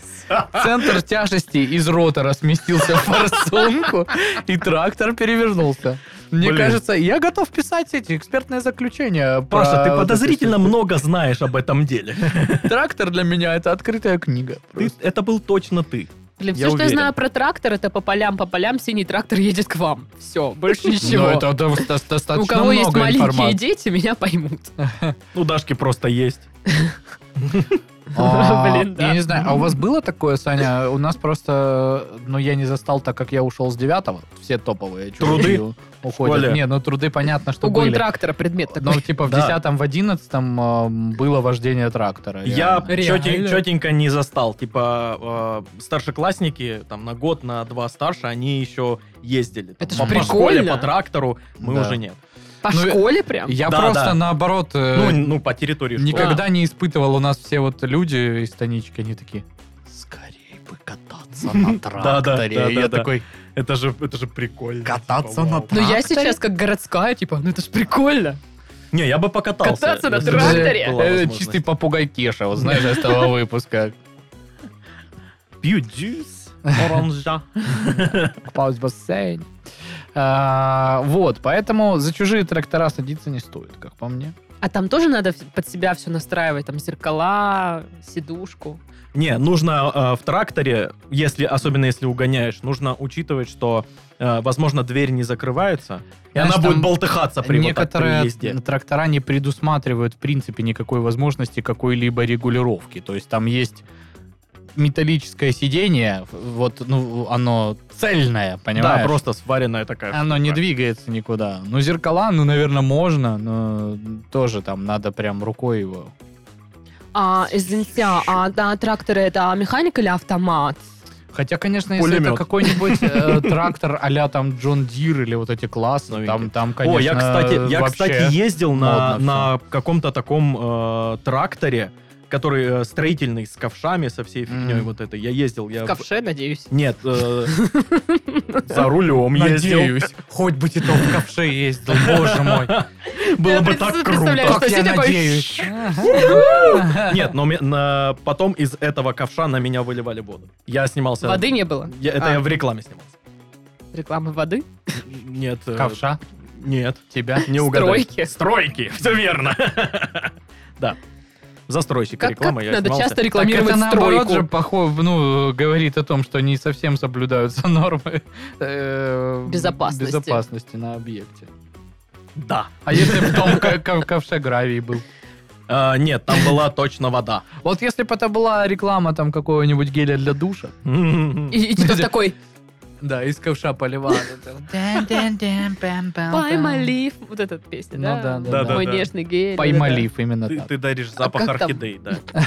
Центр тяжести из ротора сместился в форсунку, и трактор перевернулся. Мне
Блин.
кажется, я готов писать эти экспертные заключения.
Паша,
про
ты
вот
подозрительно
эти-
много знаешь об этом деле.
Трактор для меня это открытая книга.
Ты-
просто.
Это был точно ты.
Блин,
Я
все, что я
уверен.
знаю про трактор, это по полям, по полям синий трактор едет к вам. Все, больше ничего.
Но Ну, это до- до- достаточно
У кого есть
много
маленькие
информации.
дети, меня поймут.
Ну, Дашки просто есть.
А,
Блин, да.
Я не знаю, а у вас было такое, Саня? У нас просто, ну, я не застал, так как я ушел с девятого. Все топовые. чуваки
Труды?
Уходят.
школе?
Не, ну труды понятно, что
Угон
были.
трактора предмет такой.
Но типа в
Да.
десятом, в одиннадцатом эм, было вождение трактора.
Я
реально.
Реально.
чётен- чётенько не застал. Типа, э, старшеклассники, там, на год, на два старше, они еще ездили. Там,
Это ж
по- По школе,
прикольно.
по трактору мы
Да.
уже нет.
По
Ну,
школе прям?
Я
Да,
просто
да.
наоборот э,
Ну, ну, по территории школы.
никогда не испытывал. У нас все вот люди из Танички, они такие, скорее бы кататься на
да, да,
тракторе.
да,
Я
да.
такой,
Это же, это же прикольно.
Кататься
Типа,
на
вау.
Ну, я
тракторе?
сейчас как городская, типа, ну это ж прикольно.
Не, я бы покатался.
Кататься на
если бы
тракторе?
была
Э,
возможность.
Чистый попугай Кеша, вот знаешь, из того выпуска.
Пью джюс, оранжа.
Пауз бассейн. А, Вот, поэтому за чужие трактора садиться не стоит, как по мне.
А там тоже надо в- под себя все настраивать, там зеркала, сидушку.
Не, нужно э, в тракторе, если, особенно если угоняешь, нужно учитывать, что, э, возможно, дверь не закрывается, и
Знаешь, там
она будет болтыхаться при, вот так при
Некоторые
езде.
трактора не предусматривают, в принципе, никакой возможности какой-либо регулировки. То есть там есть металлическое сиденье, вот, ну, оно цельное, понимаешь?
Да, просто сваренная такая.
Оно не
штука.
двигается никуда. Ну, зеркала, ну, наверное, можно, но тоже там надо прям рукой его
А, извините, а да, тракторы это механик или автомат?
Хотя, конечно, если это
Пулемет.
какой-нибудь э, трактор а-ля там Джон Дир или вот эти классы,
Новенький.
там, там, конечно,
О, я, кстати, я,
вообще-
кстати ездил на,
модно
на каком-то таком э, тракторе, который э, строительный, с ковшами, со всей фигней
М.
вот этой. Я ездил. Я...
В ковше, надеюсь.
Нет, э, за рулем ездил.
Надеюсь. Хоть бы ты там в ковше ездил, боже мой.
Было
Я
бы
пред-
так
представляю,
круто.
Как
что
я
ты такой,
надеюсь.
Нет, но мне- на- потом из этого ковша на меня выливали воду. Я снимался...
Воды не было.
Я- это
А.
я в рекламе снимался.
Рекламы воды.
Нет. э,
Ковша,
Нет.
тебя.
Не угадай.
Стройки.
Стройки. Все верно. Да. Застройщик
Как, как
рекламы я
надо
снимался.
часто
Так
рекламировать
это наоборот
стройку?
же похо- ну, говорит о том, что не совсем соблюдаются нормы э,
Безопасности.
безопасности на объекте.
Да.
А если бы в том ко- ко- ковше гравий был?
А, Нет, там была точно вода.
Вот если бы это была реклама там какого-нибудь геля для душа,
М-м-м.
И, и Титов такой,
Да, из ковша поливал.
поймалив. Вот эта песня,
Ну
да?
да, да,
да.
Мой
Да, да.
нежный гель.
Поймалив, именно
Ты
так.
ты даришь запах
А как там?
орхидей, да.
да-да-да.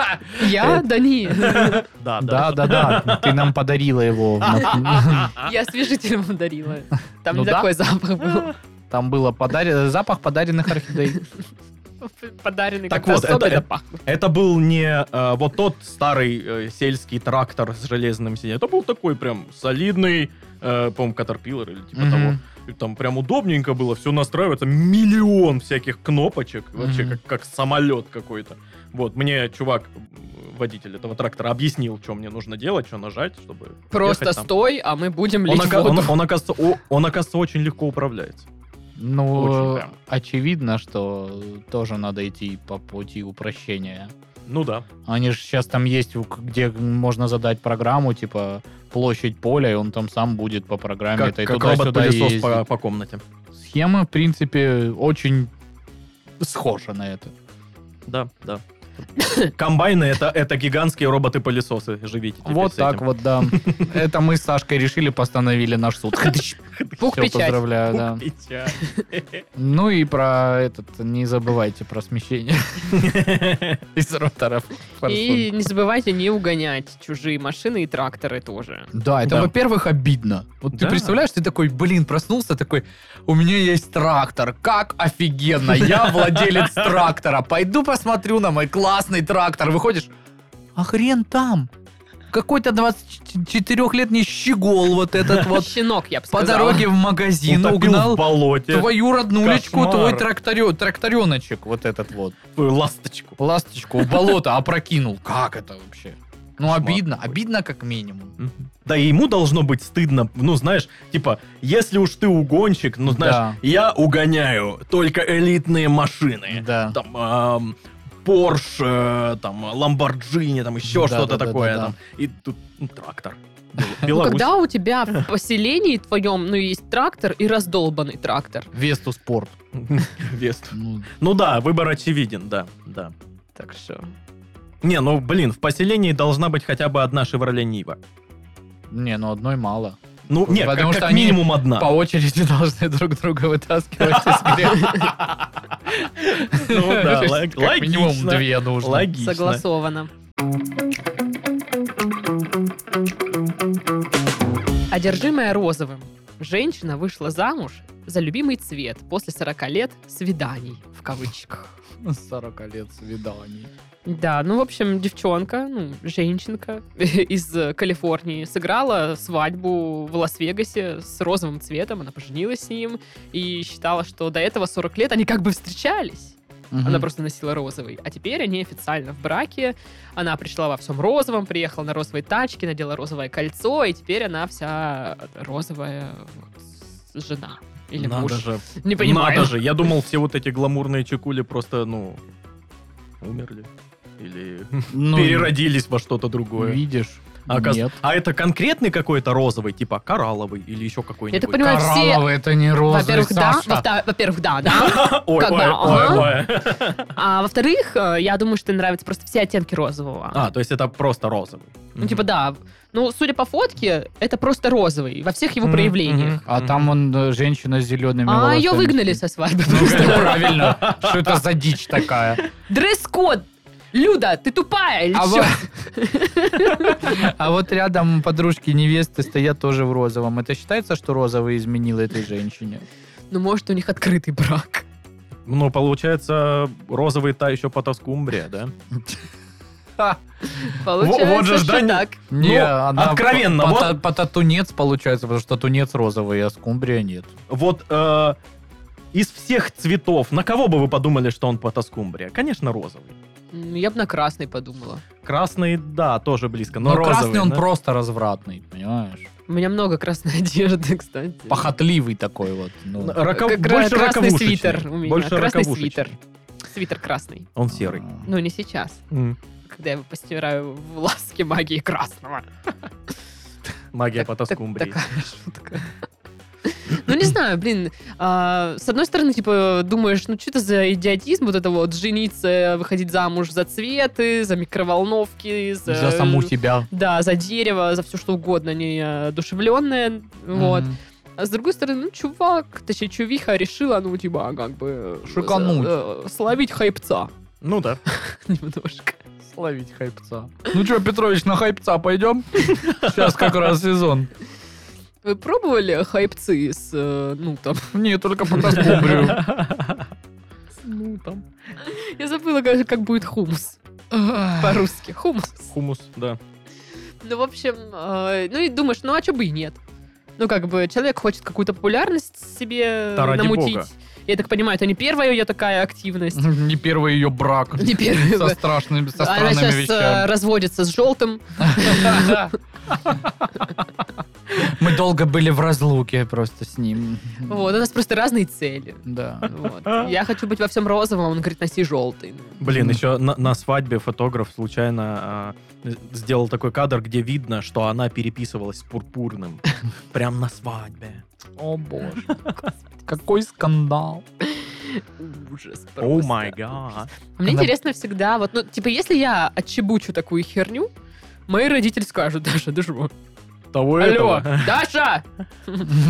Э.
Я? Да не.
Да,
Да, да, да. Ты нам подарила его.
Я освежителем вам дарила. Там
Ну
не
да.
такой запах был.
Там было подар- запах подаренных орхидей.
Подаренный
Так
как-то
вот, это-
особенно
это-
пахнет.
Это был не э, вот тот старый э, сельский трактор с железным сиденьем. Это был такой прям солидный, э, по-моему, Caterpillar или типа
Мгм.
того. И Там прям удобненько было, все настраивается. Миллион всяких кнопочек. Вообще
Мгм.
как, как самолет какой-то. Вот, мне чувак, м, водитель этого трактора, объяснил, что мне нужно делать, что нажать, чтобы...
Просто
ехать там.
стой, а мы будем
Он,
лить
ока-
воду.
он- он, оказывается, о- он, оказывается, очень легко управляется.
Ну,
Очень прям.
очевидно, что тоже надо идти по пути упрощения.
Ну да.
Они же сейчас там есть, у- где можно задать программу, типа площадь поля, и он там сам будет по программе
Как,
этой
как
туда-сюда
робот-пылесос
ездить.
по, по комнате.
Схема, в принципе, очень схожа на это.
Да, да. Комбайны это, это гигантские роботы-пылесосы. Живите. теперь
вот
с
так
этим.
вот, да. Это мы с Сашкой решили, постановили наш суд.
Пух
Всё,
печать.
поздравляю, да.
Печаль.
Ну и про этот, не забывайте про смещение из роторов.
И не забывайте не угонять чужие машины и тракторы тоже.
Да, это,
Да.
во-первых, обидно. Вот
Да.
ты представляешь, ты такой, блин, проснулся, такой, у меня есть трактор, как офигенно, я владелец трактора, пойду посмотрю на мой классный трактор. Выходишь, а хрен там, какой-то 24-летний щегол вот этот вот
Щенок, я бы
по
сказала.
дороге в магазин
Утопил в
угнал
болоте
твою роднулечку,
Кошмар.
твой тракторё- трактореночек вот этот вот,
твою ласточку.
ласточку в болото опрокинул. Как это вообще? Ну,
Кошмар
обидно,
какой.
обидно как минимум.
Да и ему должно быть стыдно, ну знаешь, типа, если уж ты угонщик, ну знаешь,
Да.
я угоняю только элитные машины.
Да.
Там эм, Porsche, там Lamborghini, там еще
Да,
что-то
да, да,
такое.
да, да.
там. И тут ну, трактор.
Ну,
Беларусь.
когда у тебя в поселении твоем, ну, есть трактор и раздолбанный трактор.
Весту спорт.
Вест.
Ну,
Ну да, выбор очевиден, да, да.
Так что...
Не, ну блин, в поселении должна быть хотя бы одна Шевроле Нива.
не, ну одной мало.
Ну, нет,
Потому
как,
что
как
они
минимум одна.
По очереди должны друг друга вытаскивать из грязи.
Ну да,
То есть,
лог-
Как минимум
логично.
две нужно.
Логично.
Согласовано. Одержимая розовым. Женщина вышла замуж за любимый цвет после 40 лет свиданий, в кавычках.
40 Ну, лет свиданий.
Да, ну, в общем, девчонка, ну, женщинка из э, Калифорнии сыграла свадьбу в Лас-Вегасе с розовым цветом, она поженилась с ним и считала, что до этого 40 лет они как бы встречались. Она просто носила розовый. А теперь они официально в браке. Она пришла во всем розовом, приехала на розовой тачке, надела розовое кольцо, и теперь она вся розовая вот, с- жена. Или
Надо
муж.
же.
Не понимаю.
Надо же. Я думал, все вот эти гламурные чекули просто, ну, умерли. Или
Ну,
переродились во что-то другое.
Видишь?
А, оказ-
Нет.
а это конкретный какой-то розовый, типа коралловый или еще какой-нибудь.
Я так понимаю, Ну, все...
Коралловый, это не розовый,
Во-первых, да,
Саша.
во-вта- во-первых, да, да.
Ой,
как
ой,
бы,
ой, ой.
А во-вторых, э, я думаю, что ей нравятся просто все оттенки розового.
А, то есть это просто розовый.
Ну, типа, да. Ну, судя по фотке, это просто розовый во всех его
Мгм,
проявлениях.
мгм,
А
мгм.
там он э, женщина с зелеными
А
волосами.
ее выгнали со свадьбы.
Ну, правильно. Что это за дичь такая?
Дресс-код! Люда, ты тупая или
А
чё?
вот, а вот рядом подружки невесты стоят тоже в розовом. Это считается, что розовый изменил этой женщине?
Ну, может, у них открытый брак.
Ну, получается, розовый та еще по тоскумбре, да?
Получается,
вот же
что
Ждань-
так.
Не,
Ну,
она
откровенно,
по, по-
вот-
та- по татунец получается, потому что татунец розовый, а скумбрия нет.
Вот э, из всех цветов, на кого бы вы подумали, что он по тоскумбре? Конечно, розовый.
М, Я бы на красный подумала.
Красный, да, тоже близко, но,
Но,
Ну, розовый.
Ну, красный он
да?
просто развратный, понимаешь?
У меня много красной одежды, кстати.
Похотливый такой вот. ну.
Роков-
Кра-
больше
красный
раковушечный.
свитер у меня.
Больше
красный
раковушечный.
свитер. Свитер красный.
Он серый.
Ну, не сейчас,
М,
когда я его постираю в ласке магии красного.
Магия
Так-
по
так-
тоскумбрии.
Такая шутка. Ну, не знаю, блин. а, С одной стороны, типа, думаешь, ну, что это за идиотизм вот это вот, жениться, выходить замуж за цветы, за микроволновки, за...
За саму себя.
Да, за дерево, за все что угодно, не одушевленное, вот.
Мгм.
А с другой стороны, ну, чувак, точнее, чувиха решила, ну, типа, как бы... э,
Шикануть.
э, словить хайпца
Ну да.
немножко.
Словить хайпца. Ну что, Петрович, на хайпца пойдем? Сейчас как раз сезон.
Вы пробовали хайпцы с, э, ну, там,
Не, только по тоскумбрию.
Ну, там.
Я забыла, как, как будет хумус по-русски. Хумус.
Хумус, да.
Ну, в общем, э, ну и думаешь, ну а чё бы и нет? Ну, как бы, человек хочет какую-то популярность себе
Да ради
намутить.
бога.
Я так понимаю, это не первая ее такая активность.
Не первый ее брак.
Не первая.
Со страшными, со
Она
странными
сейчас э,
вещами.
разводится с желтым. э,
Мы долго были в разлуке просто с ним.
Вот, у нас просто разные цели.
Да.
Вот. Я хочу быть во всем розовым, а он говорит, носи желтый. Ну,
Блин,
Мгм.
еще на, на свадьбе фотограф случайно э, сделал такой кадр, где видно, что она переписывалась с пурпурным. Прям на свадьбе.
О боже. Какой скандал.
Ужас.
О
просто.
май гад.
Мне
Она-
интересно всегда, вот, ну, типа, если я отчебучу такую херню, мои родители скажут, Даша, ты что?
Того
Алло, Даша,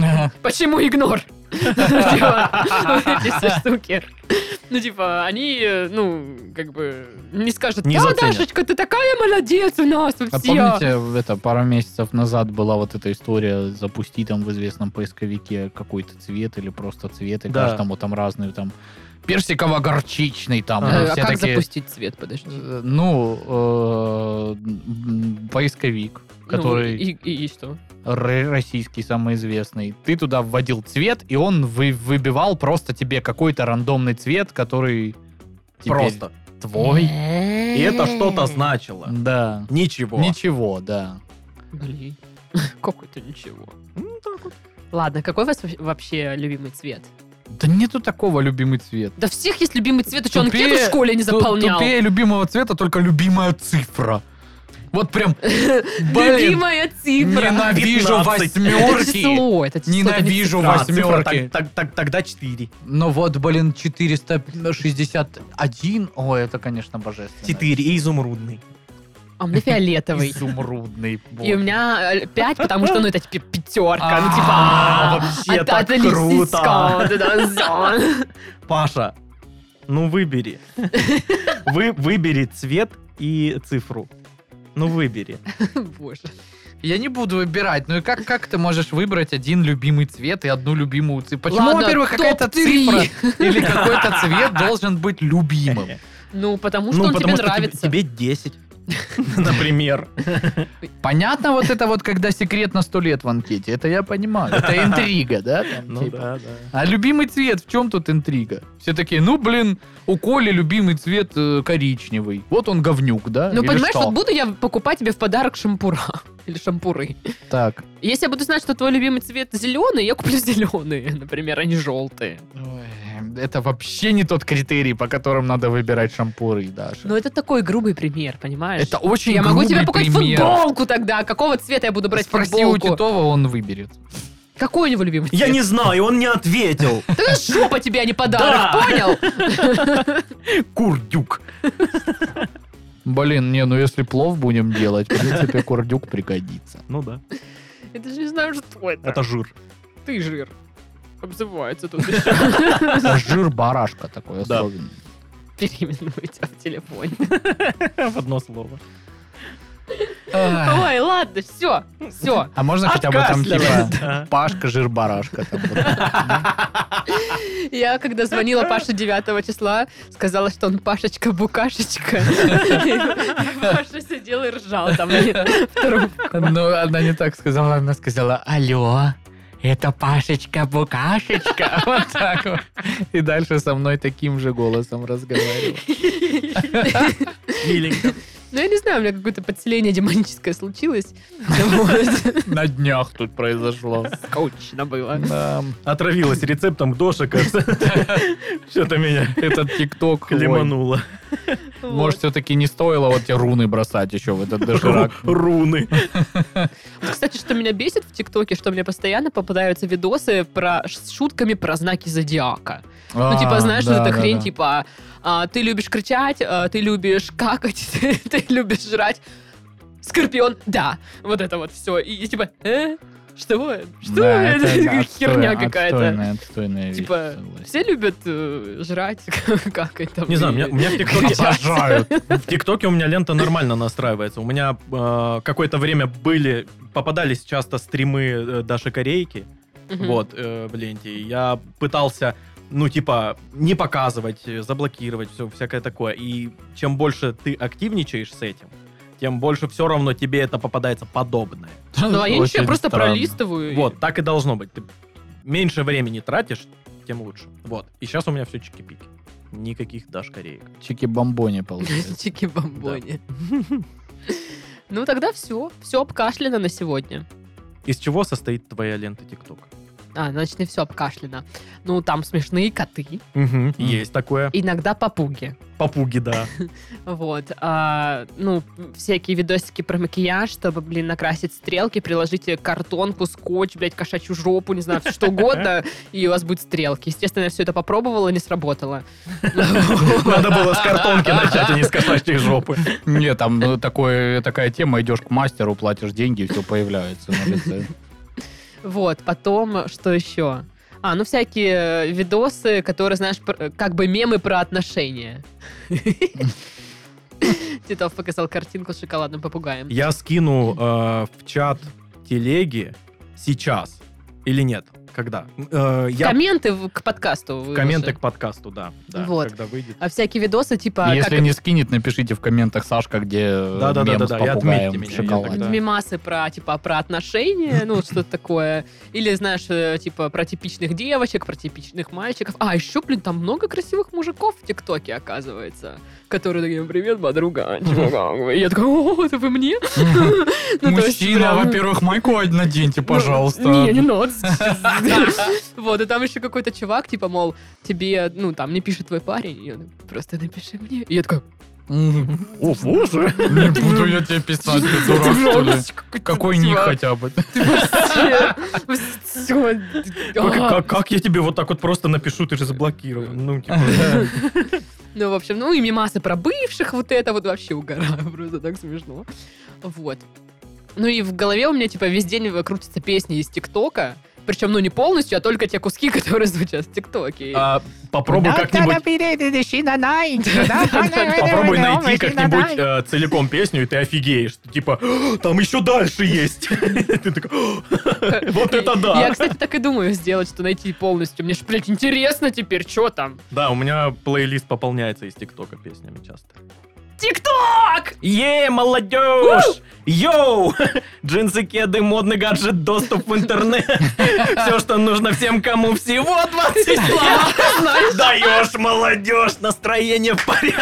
А
почему игнор? Типа, вот эти все штуки. Ну, типа, они, э, ну, как бы, не скажут,
Не
да,
заценят.
Дашечка, ты такая молодец у нас, вы
А
все.
помните, это пару месяцев назад была вот эта история запусти там в известном поисковике какой-то цвет или просто цвет, и
Да.
каждому там разные там персиково-горчичный там.
А,
и
Э, А
все
как
такие,
запустить цвет, подожди?
э, Ну, э, м, поисковик,
Ну,
который
и- И и что?
р- российский самый известный. Ты туда вводил цвет, и он вы- выбивал просто тебе какой-то рандомный цвет, который теперь
Просто.
твой.
И это что-то значило.
Да.
Ничего.
Ничего, да.
Блин, как это ничего? Ладно, какой у вас во- вообще любимый цвет?
Да нету такого любимый цвет.
Да всех есть любимый цвет, ты что, он
Тупее-
анкету в школе не заполнял?
Тупее любимого цвета только любимая цифра. Вот прям, блин,
Любимая цифра.
ненавижу
15.
Это
восьмерки.
число, это число. это не
Ненавижу
цифра.
А, цифра,
восьмерки.
так- так- так- Тогда 4.
Ну вот, блин, 461. Ой, это, конечно, божественно.
4 и изумрудный.
А у меня фиолетовый.
Изумрудный. боже.
И у меня э, пять, потому что, ну, это типа пятерка. Ну, типа... «А,
А, вообще
а
так
та- та лисичка,
круто.
вот это всё».
Паша, ну выбери. Вы выбери цвет и цифру. Ну выбери.
Боже.
Я не буду выбирать. Ну и как, как ты можешь выбрать один любимый цвет и одну любимую цифру? Почему,
Ладно,
во-первых, какая-то
топ-три.
цифра или какой-то цвет должен быть любимым?
Ну, потому что он тебе
потому что тебе-
нравится.
тебе 10. Например.
Понятно вот это вот, когда секрет на сто лет в анкете. Это я понимаю. Это интрига, да? там, типа?
Ну да.
А любимый цвет, в чем тут интрига? Все такие, ну, блин, у Коли любимый цвет э, коричневый. Вот он говнюк, да?
Ну,
Или
понимаешь,
что?
вот буду я покупать тебе в подарок шампура. Или шампуры.
Так.
Если я буду знать, что твой любимый цвет зеленый, я куплю зеленые, например, а не желтые.
Ой, Это вообще не тот критерий, по которым надо выбирать шампуры, даже.
Но Ну, это такой грубый пример, понимаешь?
Это очень
Я могу тебе
грубый
показать
пример.
футболку тогда. Какого цвета я буду брать
Спроси у
футболку?
Титова, он выберет.
Какой у него любимый цвет?
Я не знаю, он не ответил.
Да жопа тебе, а не подарок,
Да.
понял?
Курдюк.
Блин, не, ну если плов будем делать, в принципе, курдюк пригодится.
Ну да.
Я даже не знаю, что это.
Это жир.
ты жир. Обзывается тут еще.
А Жир барашка такой
Да.
особенный.
Переименую тебя в телефоне.
В одно слово.
Ах.
Ой, ладно, все, все.
А можно хотя бы там
Откашлялась.
типа
а,
Пашка жир барашка? там вот.
Я, когда звонила Паше 9 числа, сказала, что он Пашечка-букашечка. И Паша сидел и ржал там мне в трубку.
Ну, она не так сказала, она сказала, алло, это Пашечка-букашечка. Вот так вот. И дальше со мной таким же голосом разговаривала.
Миленько.
Ну, я не знаю, у меня какое-то подселение демоническое случилось. Вот.
На днях тут произошло.
Скучно было.
Да.
Отравилась рецептом Доша, кажется. Что-то меня
Этот тикток. ой.
клемануло.
Вот.
Может, все-таки не стоило вот те руны бросать еще в этот доширак.
Ру- Руны.
Кстати, что меня бесит в ТикТоке, что мне постоянно попадаются видосы про с шутками про знаки зодиака.
А,
Ну, типа, знаешь, вот эта хрень, типа, а, ты любишь кричать, а, ты любишь какать, ты, ты любишь жрать. Скорпион, да. Вот это вот все. И, и типа, э? Что? Что? это херня какая-то.
Отстойная, отстойная вещь,
Типа,
согласен.
все любят э, жрать, какать там.
Не знаю, у меня- у меня в ТикТоке...
Обожают.
В ТикТоке у меня лента нормально настраивается. У меня э, какое-то время были, попадались часто стримы э, Даши Корейки.
Мгм.
Вот, э, в ленте. И Я пытался ну, типа, не показывать, э, заблокировать, все, всякое такое. И чем больше ты активничаешь с этим, тем больше все равно тебе это попадается подобное.
Ну, а я ничего,
Очень
я просто
странно.
пролистываю. и-
Вот, так и должно быть. Ты меньше времени тратишь, тем лучше. Вот. И сейчас у меня все чики-пики. Никаких даже кореек.
Чики-бомбони получается.
Чики-бомбони. Ну, тогда все. Все обкашляно на сегодня.
Из чего состоит твоя лента ТикТока?
А, значит, не все обкашляно. Ну, там смешные коты,
Есть такое.
иногда попуги.
Попуги, да.
Вот. а, ну, всякие видосики про макияж, чтобы, блин, накрасить стрелки, приложите картонку, скотч, блядь, кошачью жопу, не знаю, всё что угодно, и у вас будут стрелки. Естественно, я все это попробовала, не сработало.
Надо было с картонки начать, а не с кошачьей жопы.
Не, там ну, такое- такая тема, идешь к мастеру, платишь деньги, и все появляется на лице.
Вот, потом, что еще? А, ну всякие э, видосы, которые, знаешь, пр- как бы мемы про отношения. Титов показал картинку с шоколадным попугаем.
Я скину э, в чат телеги сейчас. Или нет? Когда? Э, Я
Комменты в- к подкасту.
в
выложи.
комменты к подкасту, да. да,
Вот.
Когда выйдет.
А всякие видосы, типа,
Если
как
не скинет, напишите в комментах, Сашка, где
Да-да-да-да-да,
мем с
и отметьте
попугаем
меня,
в
я
шоколаде.
тогда-
мемасы про, типа, про отношения, ну, что-то такое. Или, знаешь, э, типа, про типичных девочек, про типичных мальчиков. А, еще, блин, там много красивых мужиков в ТикТоке, оказывается. Которые такие, привет, подруга. Типа, как вы?» И я такой, о, это вы мне? Ну, то есть
Мужчина,
прям-
во-первых, майку наденьте, пожалуйста.
Ну, Не, не надо. Вот, и там еще какой-то чувак, типа, мол, тебе, ну, там, не пишет твой парень, и он, просто напиши мне. И я такой,
О, боже. Не буду я тебе писать, ты дурак, что ли? Какой ник хотя бы?
Как,
все.
как- как я тебе вот так вот просто напишу, ты же заблокирован. Ну, типа,
Ну, в общем, ну, и мемасы про бывших, вот это вот вообще угораю, просто так смешно. Вот. Ну и в голове у меня, типа, весь день крутятся песни из ТикТока, причем, ну, не полностью, а только те куски, которые звучат в ТикТоке.
а, попробуй как-нибудь Попробуй найти как-нибудь э, целиком песню, и ты офигеешь. Ты Типа, «А, там еще дальше есть. Ты такой, «А, вот это
Я,
да.
кстати, так и думаю сделать, что найти полностью. Мне же, блядь, интересно теперь, что там.
Да, у меня плейлист пополняется из ТикТока песнями часто.
ТикТок!
Е, молодежь! Йоу! Джинсы, кеды, модный гаджет, доступ в интернет. Все, что нужно всем, кому всего 20 лет. Даешь, молодежь, настроение в порядке.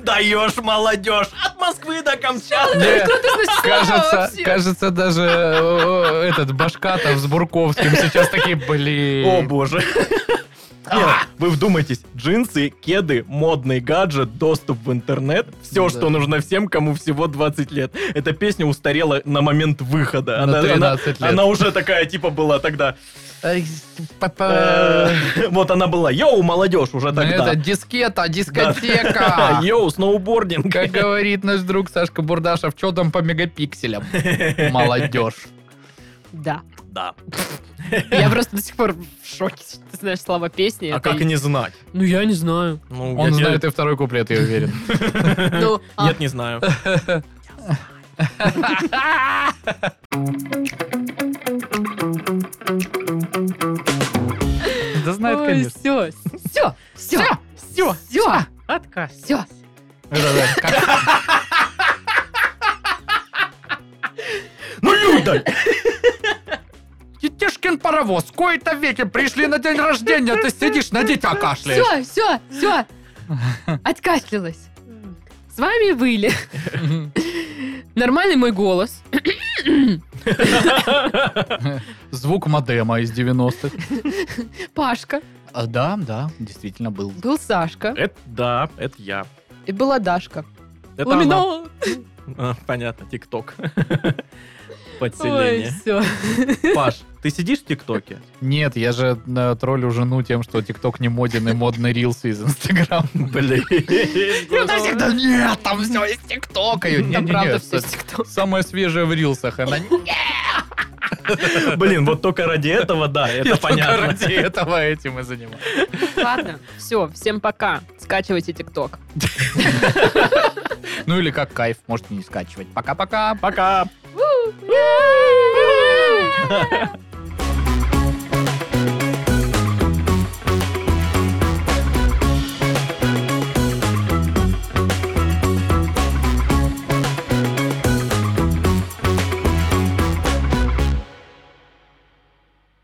Даешь, молодежь, от Москвы до Камчатки.
Не,
Ты значит, слава
Кажется,
вообще.
кажется, даже э, э, этот Башкатов с Бурковским сейчас такие,
О
блин.
боже. Нет,
А!
вы вдумайтесь, джинсы, кеды, модный гаджет, доступ в интернет, все,
Да.
что нужно всем, кому всего 20 лет. Эта песня устарела на момент выхода.
На 13 лет.
она уже такая типа была тогда.
Ай, папа.
Э, Вот она была. Йоу, молодежь, уже
Ну, Это
тогда.
дискета, дискотека.
Йоу, сноубординг.
Как говорит наш друг Сашка Бурдашев, что там по мегапикселям? Молодежь.
Да.
Да.
Я просто до сих пор в шоке, что ты знаешь слова песни.
А
Это
как
и-
не знать?
Ну, я не знаю.
Ну, я
Он
тебе-
знает и второй куплет, я уверен.
Ну, а-
Нет, не знаю.
Да
Ну,
знает, конечно.
Все, все, все, все, все,
Отказ.
все.
Ну, Люда!
Детишкин паровоз, в кои-то веки пришли на день рождения, ты сидишь, на дитя кашляешь.
Все, все, все. Откашлялась. С вами были. Нормальный мой голос.
Звук модема из 90-х.
Пашка.
А, Да, да, действительно был.
Был Сашка.
Это да, это я.
И была Дашка.
Это она.
Ламинол.
А, Понятно, ТикТок.
Ой,
Подселение.
все.
Паш, ты сидишь в ТикТоке?
Нет, я же э, троллю жену тем, что ТикТок не моден и модный рилсы из Инстаграма.
Блин.
Ну, Да нет, там все из ТикТока. Я,
Там
«Не-не-не,
правда
это
все стекло.
Самое свежее в рилсах. Она
Блин, вот только ради этого, да, это
только
понятно.
ради этого этим и занимаюсь.
Ладно, все, всем пока. Скачивайте ТикТок.
Ну или как кайф, можете не скачивать. Пока-пока.
Пока.
Woo!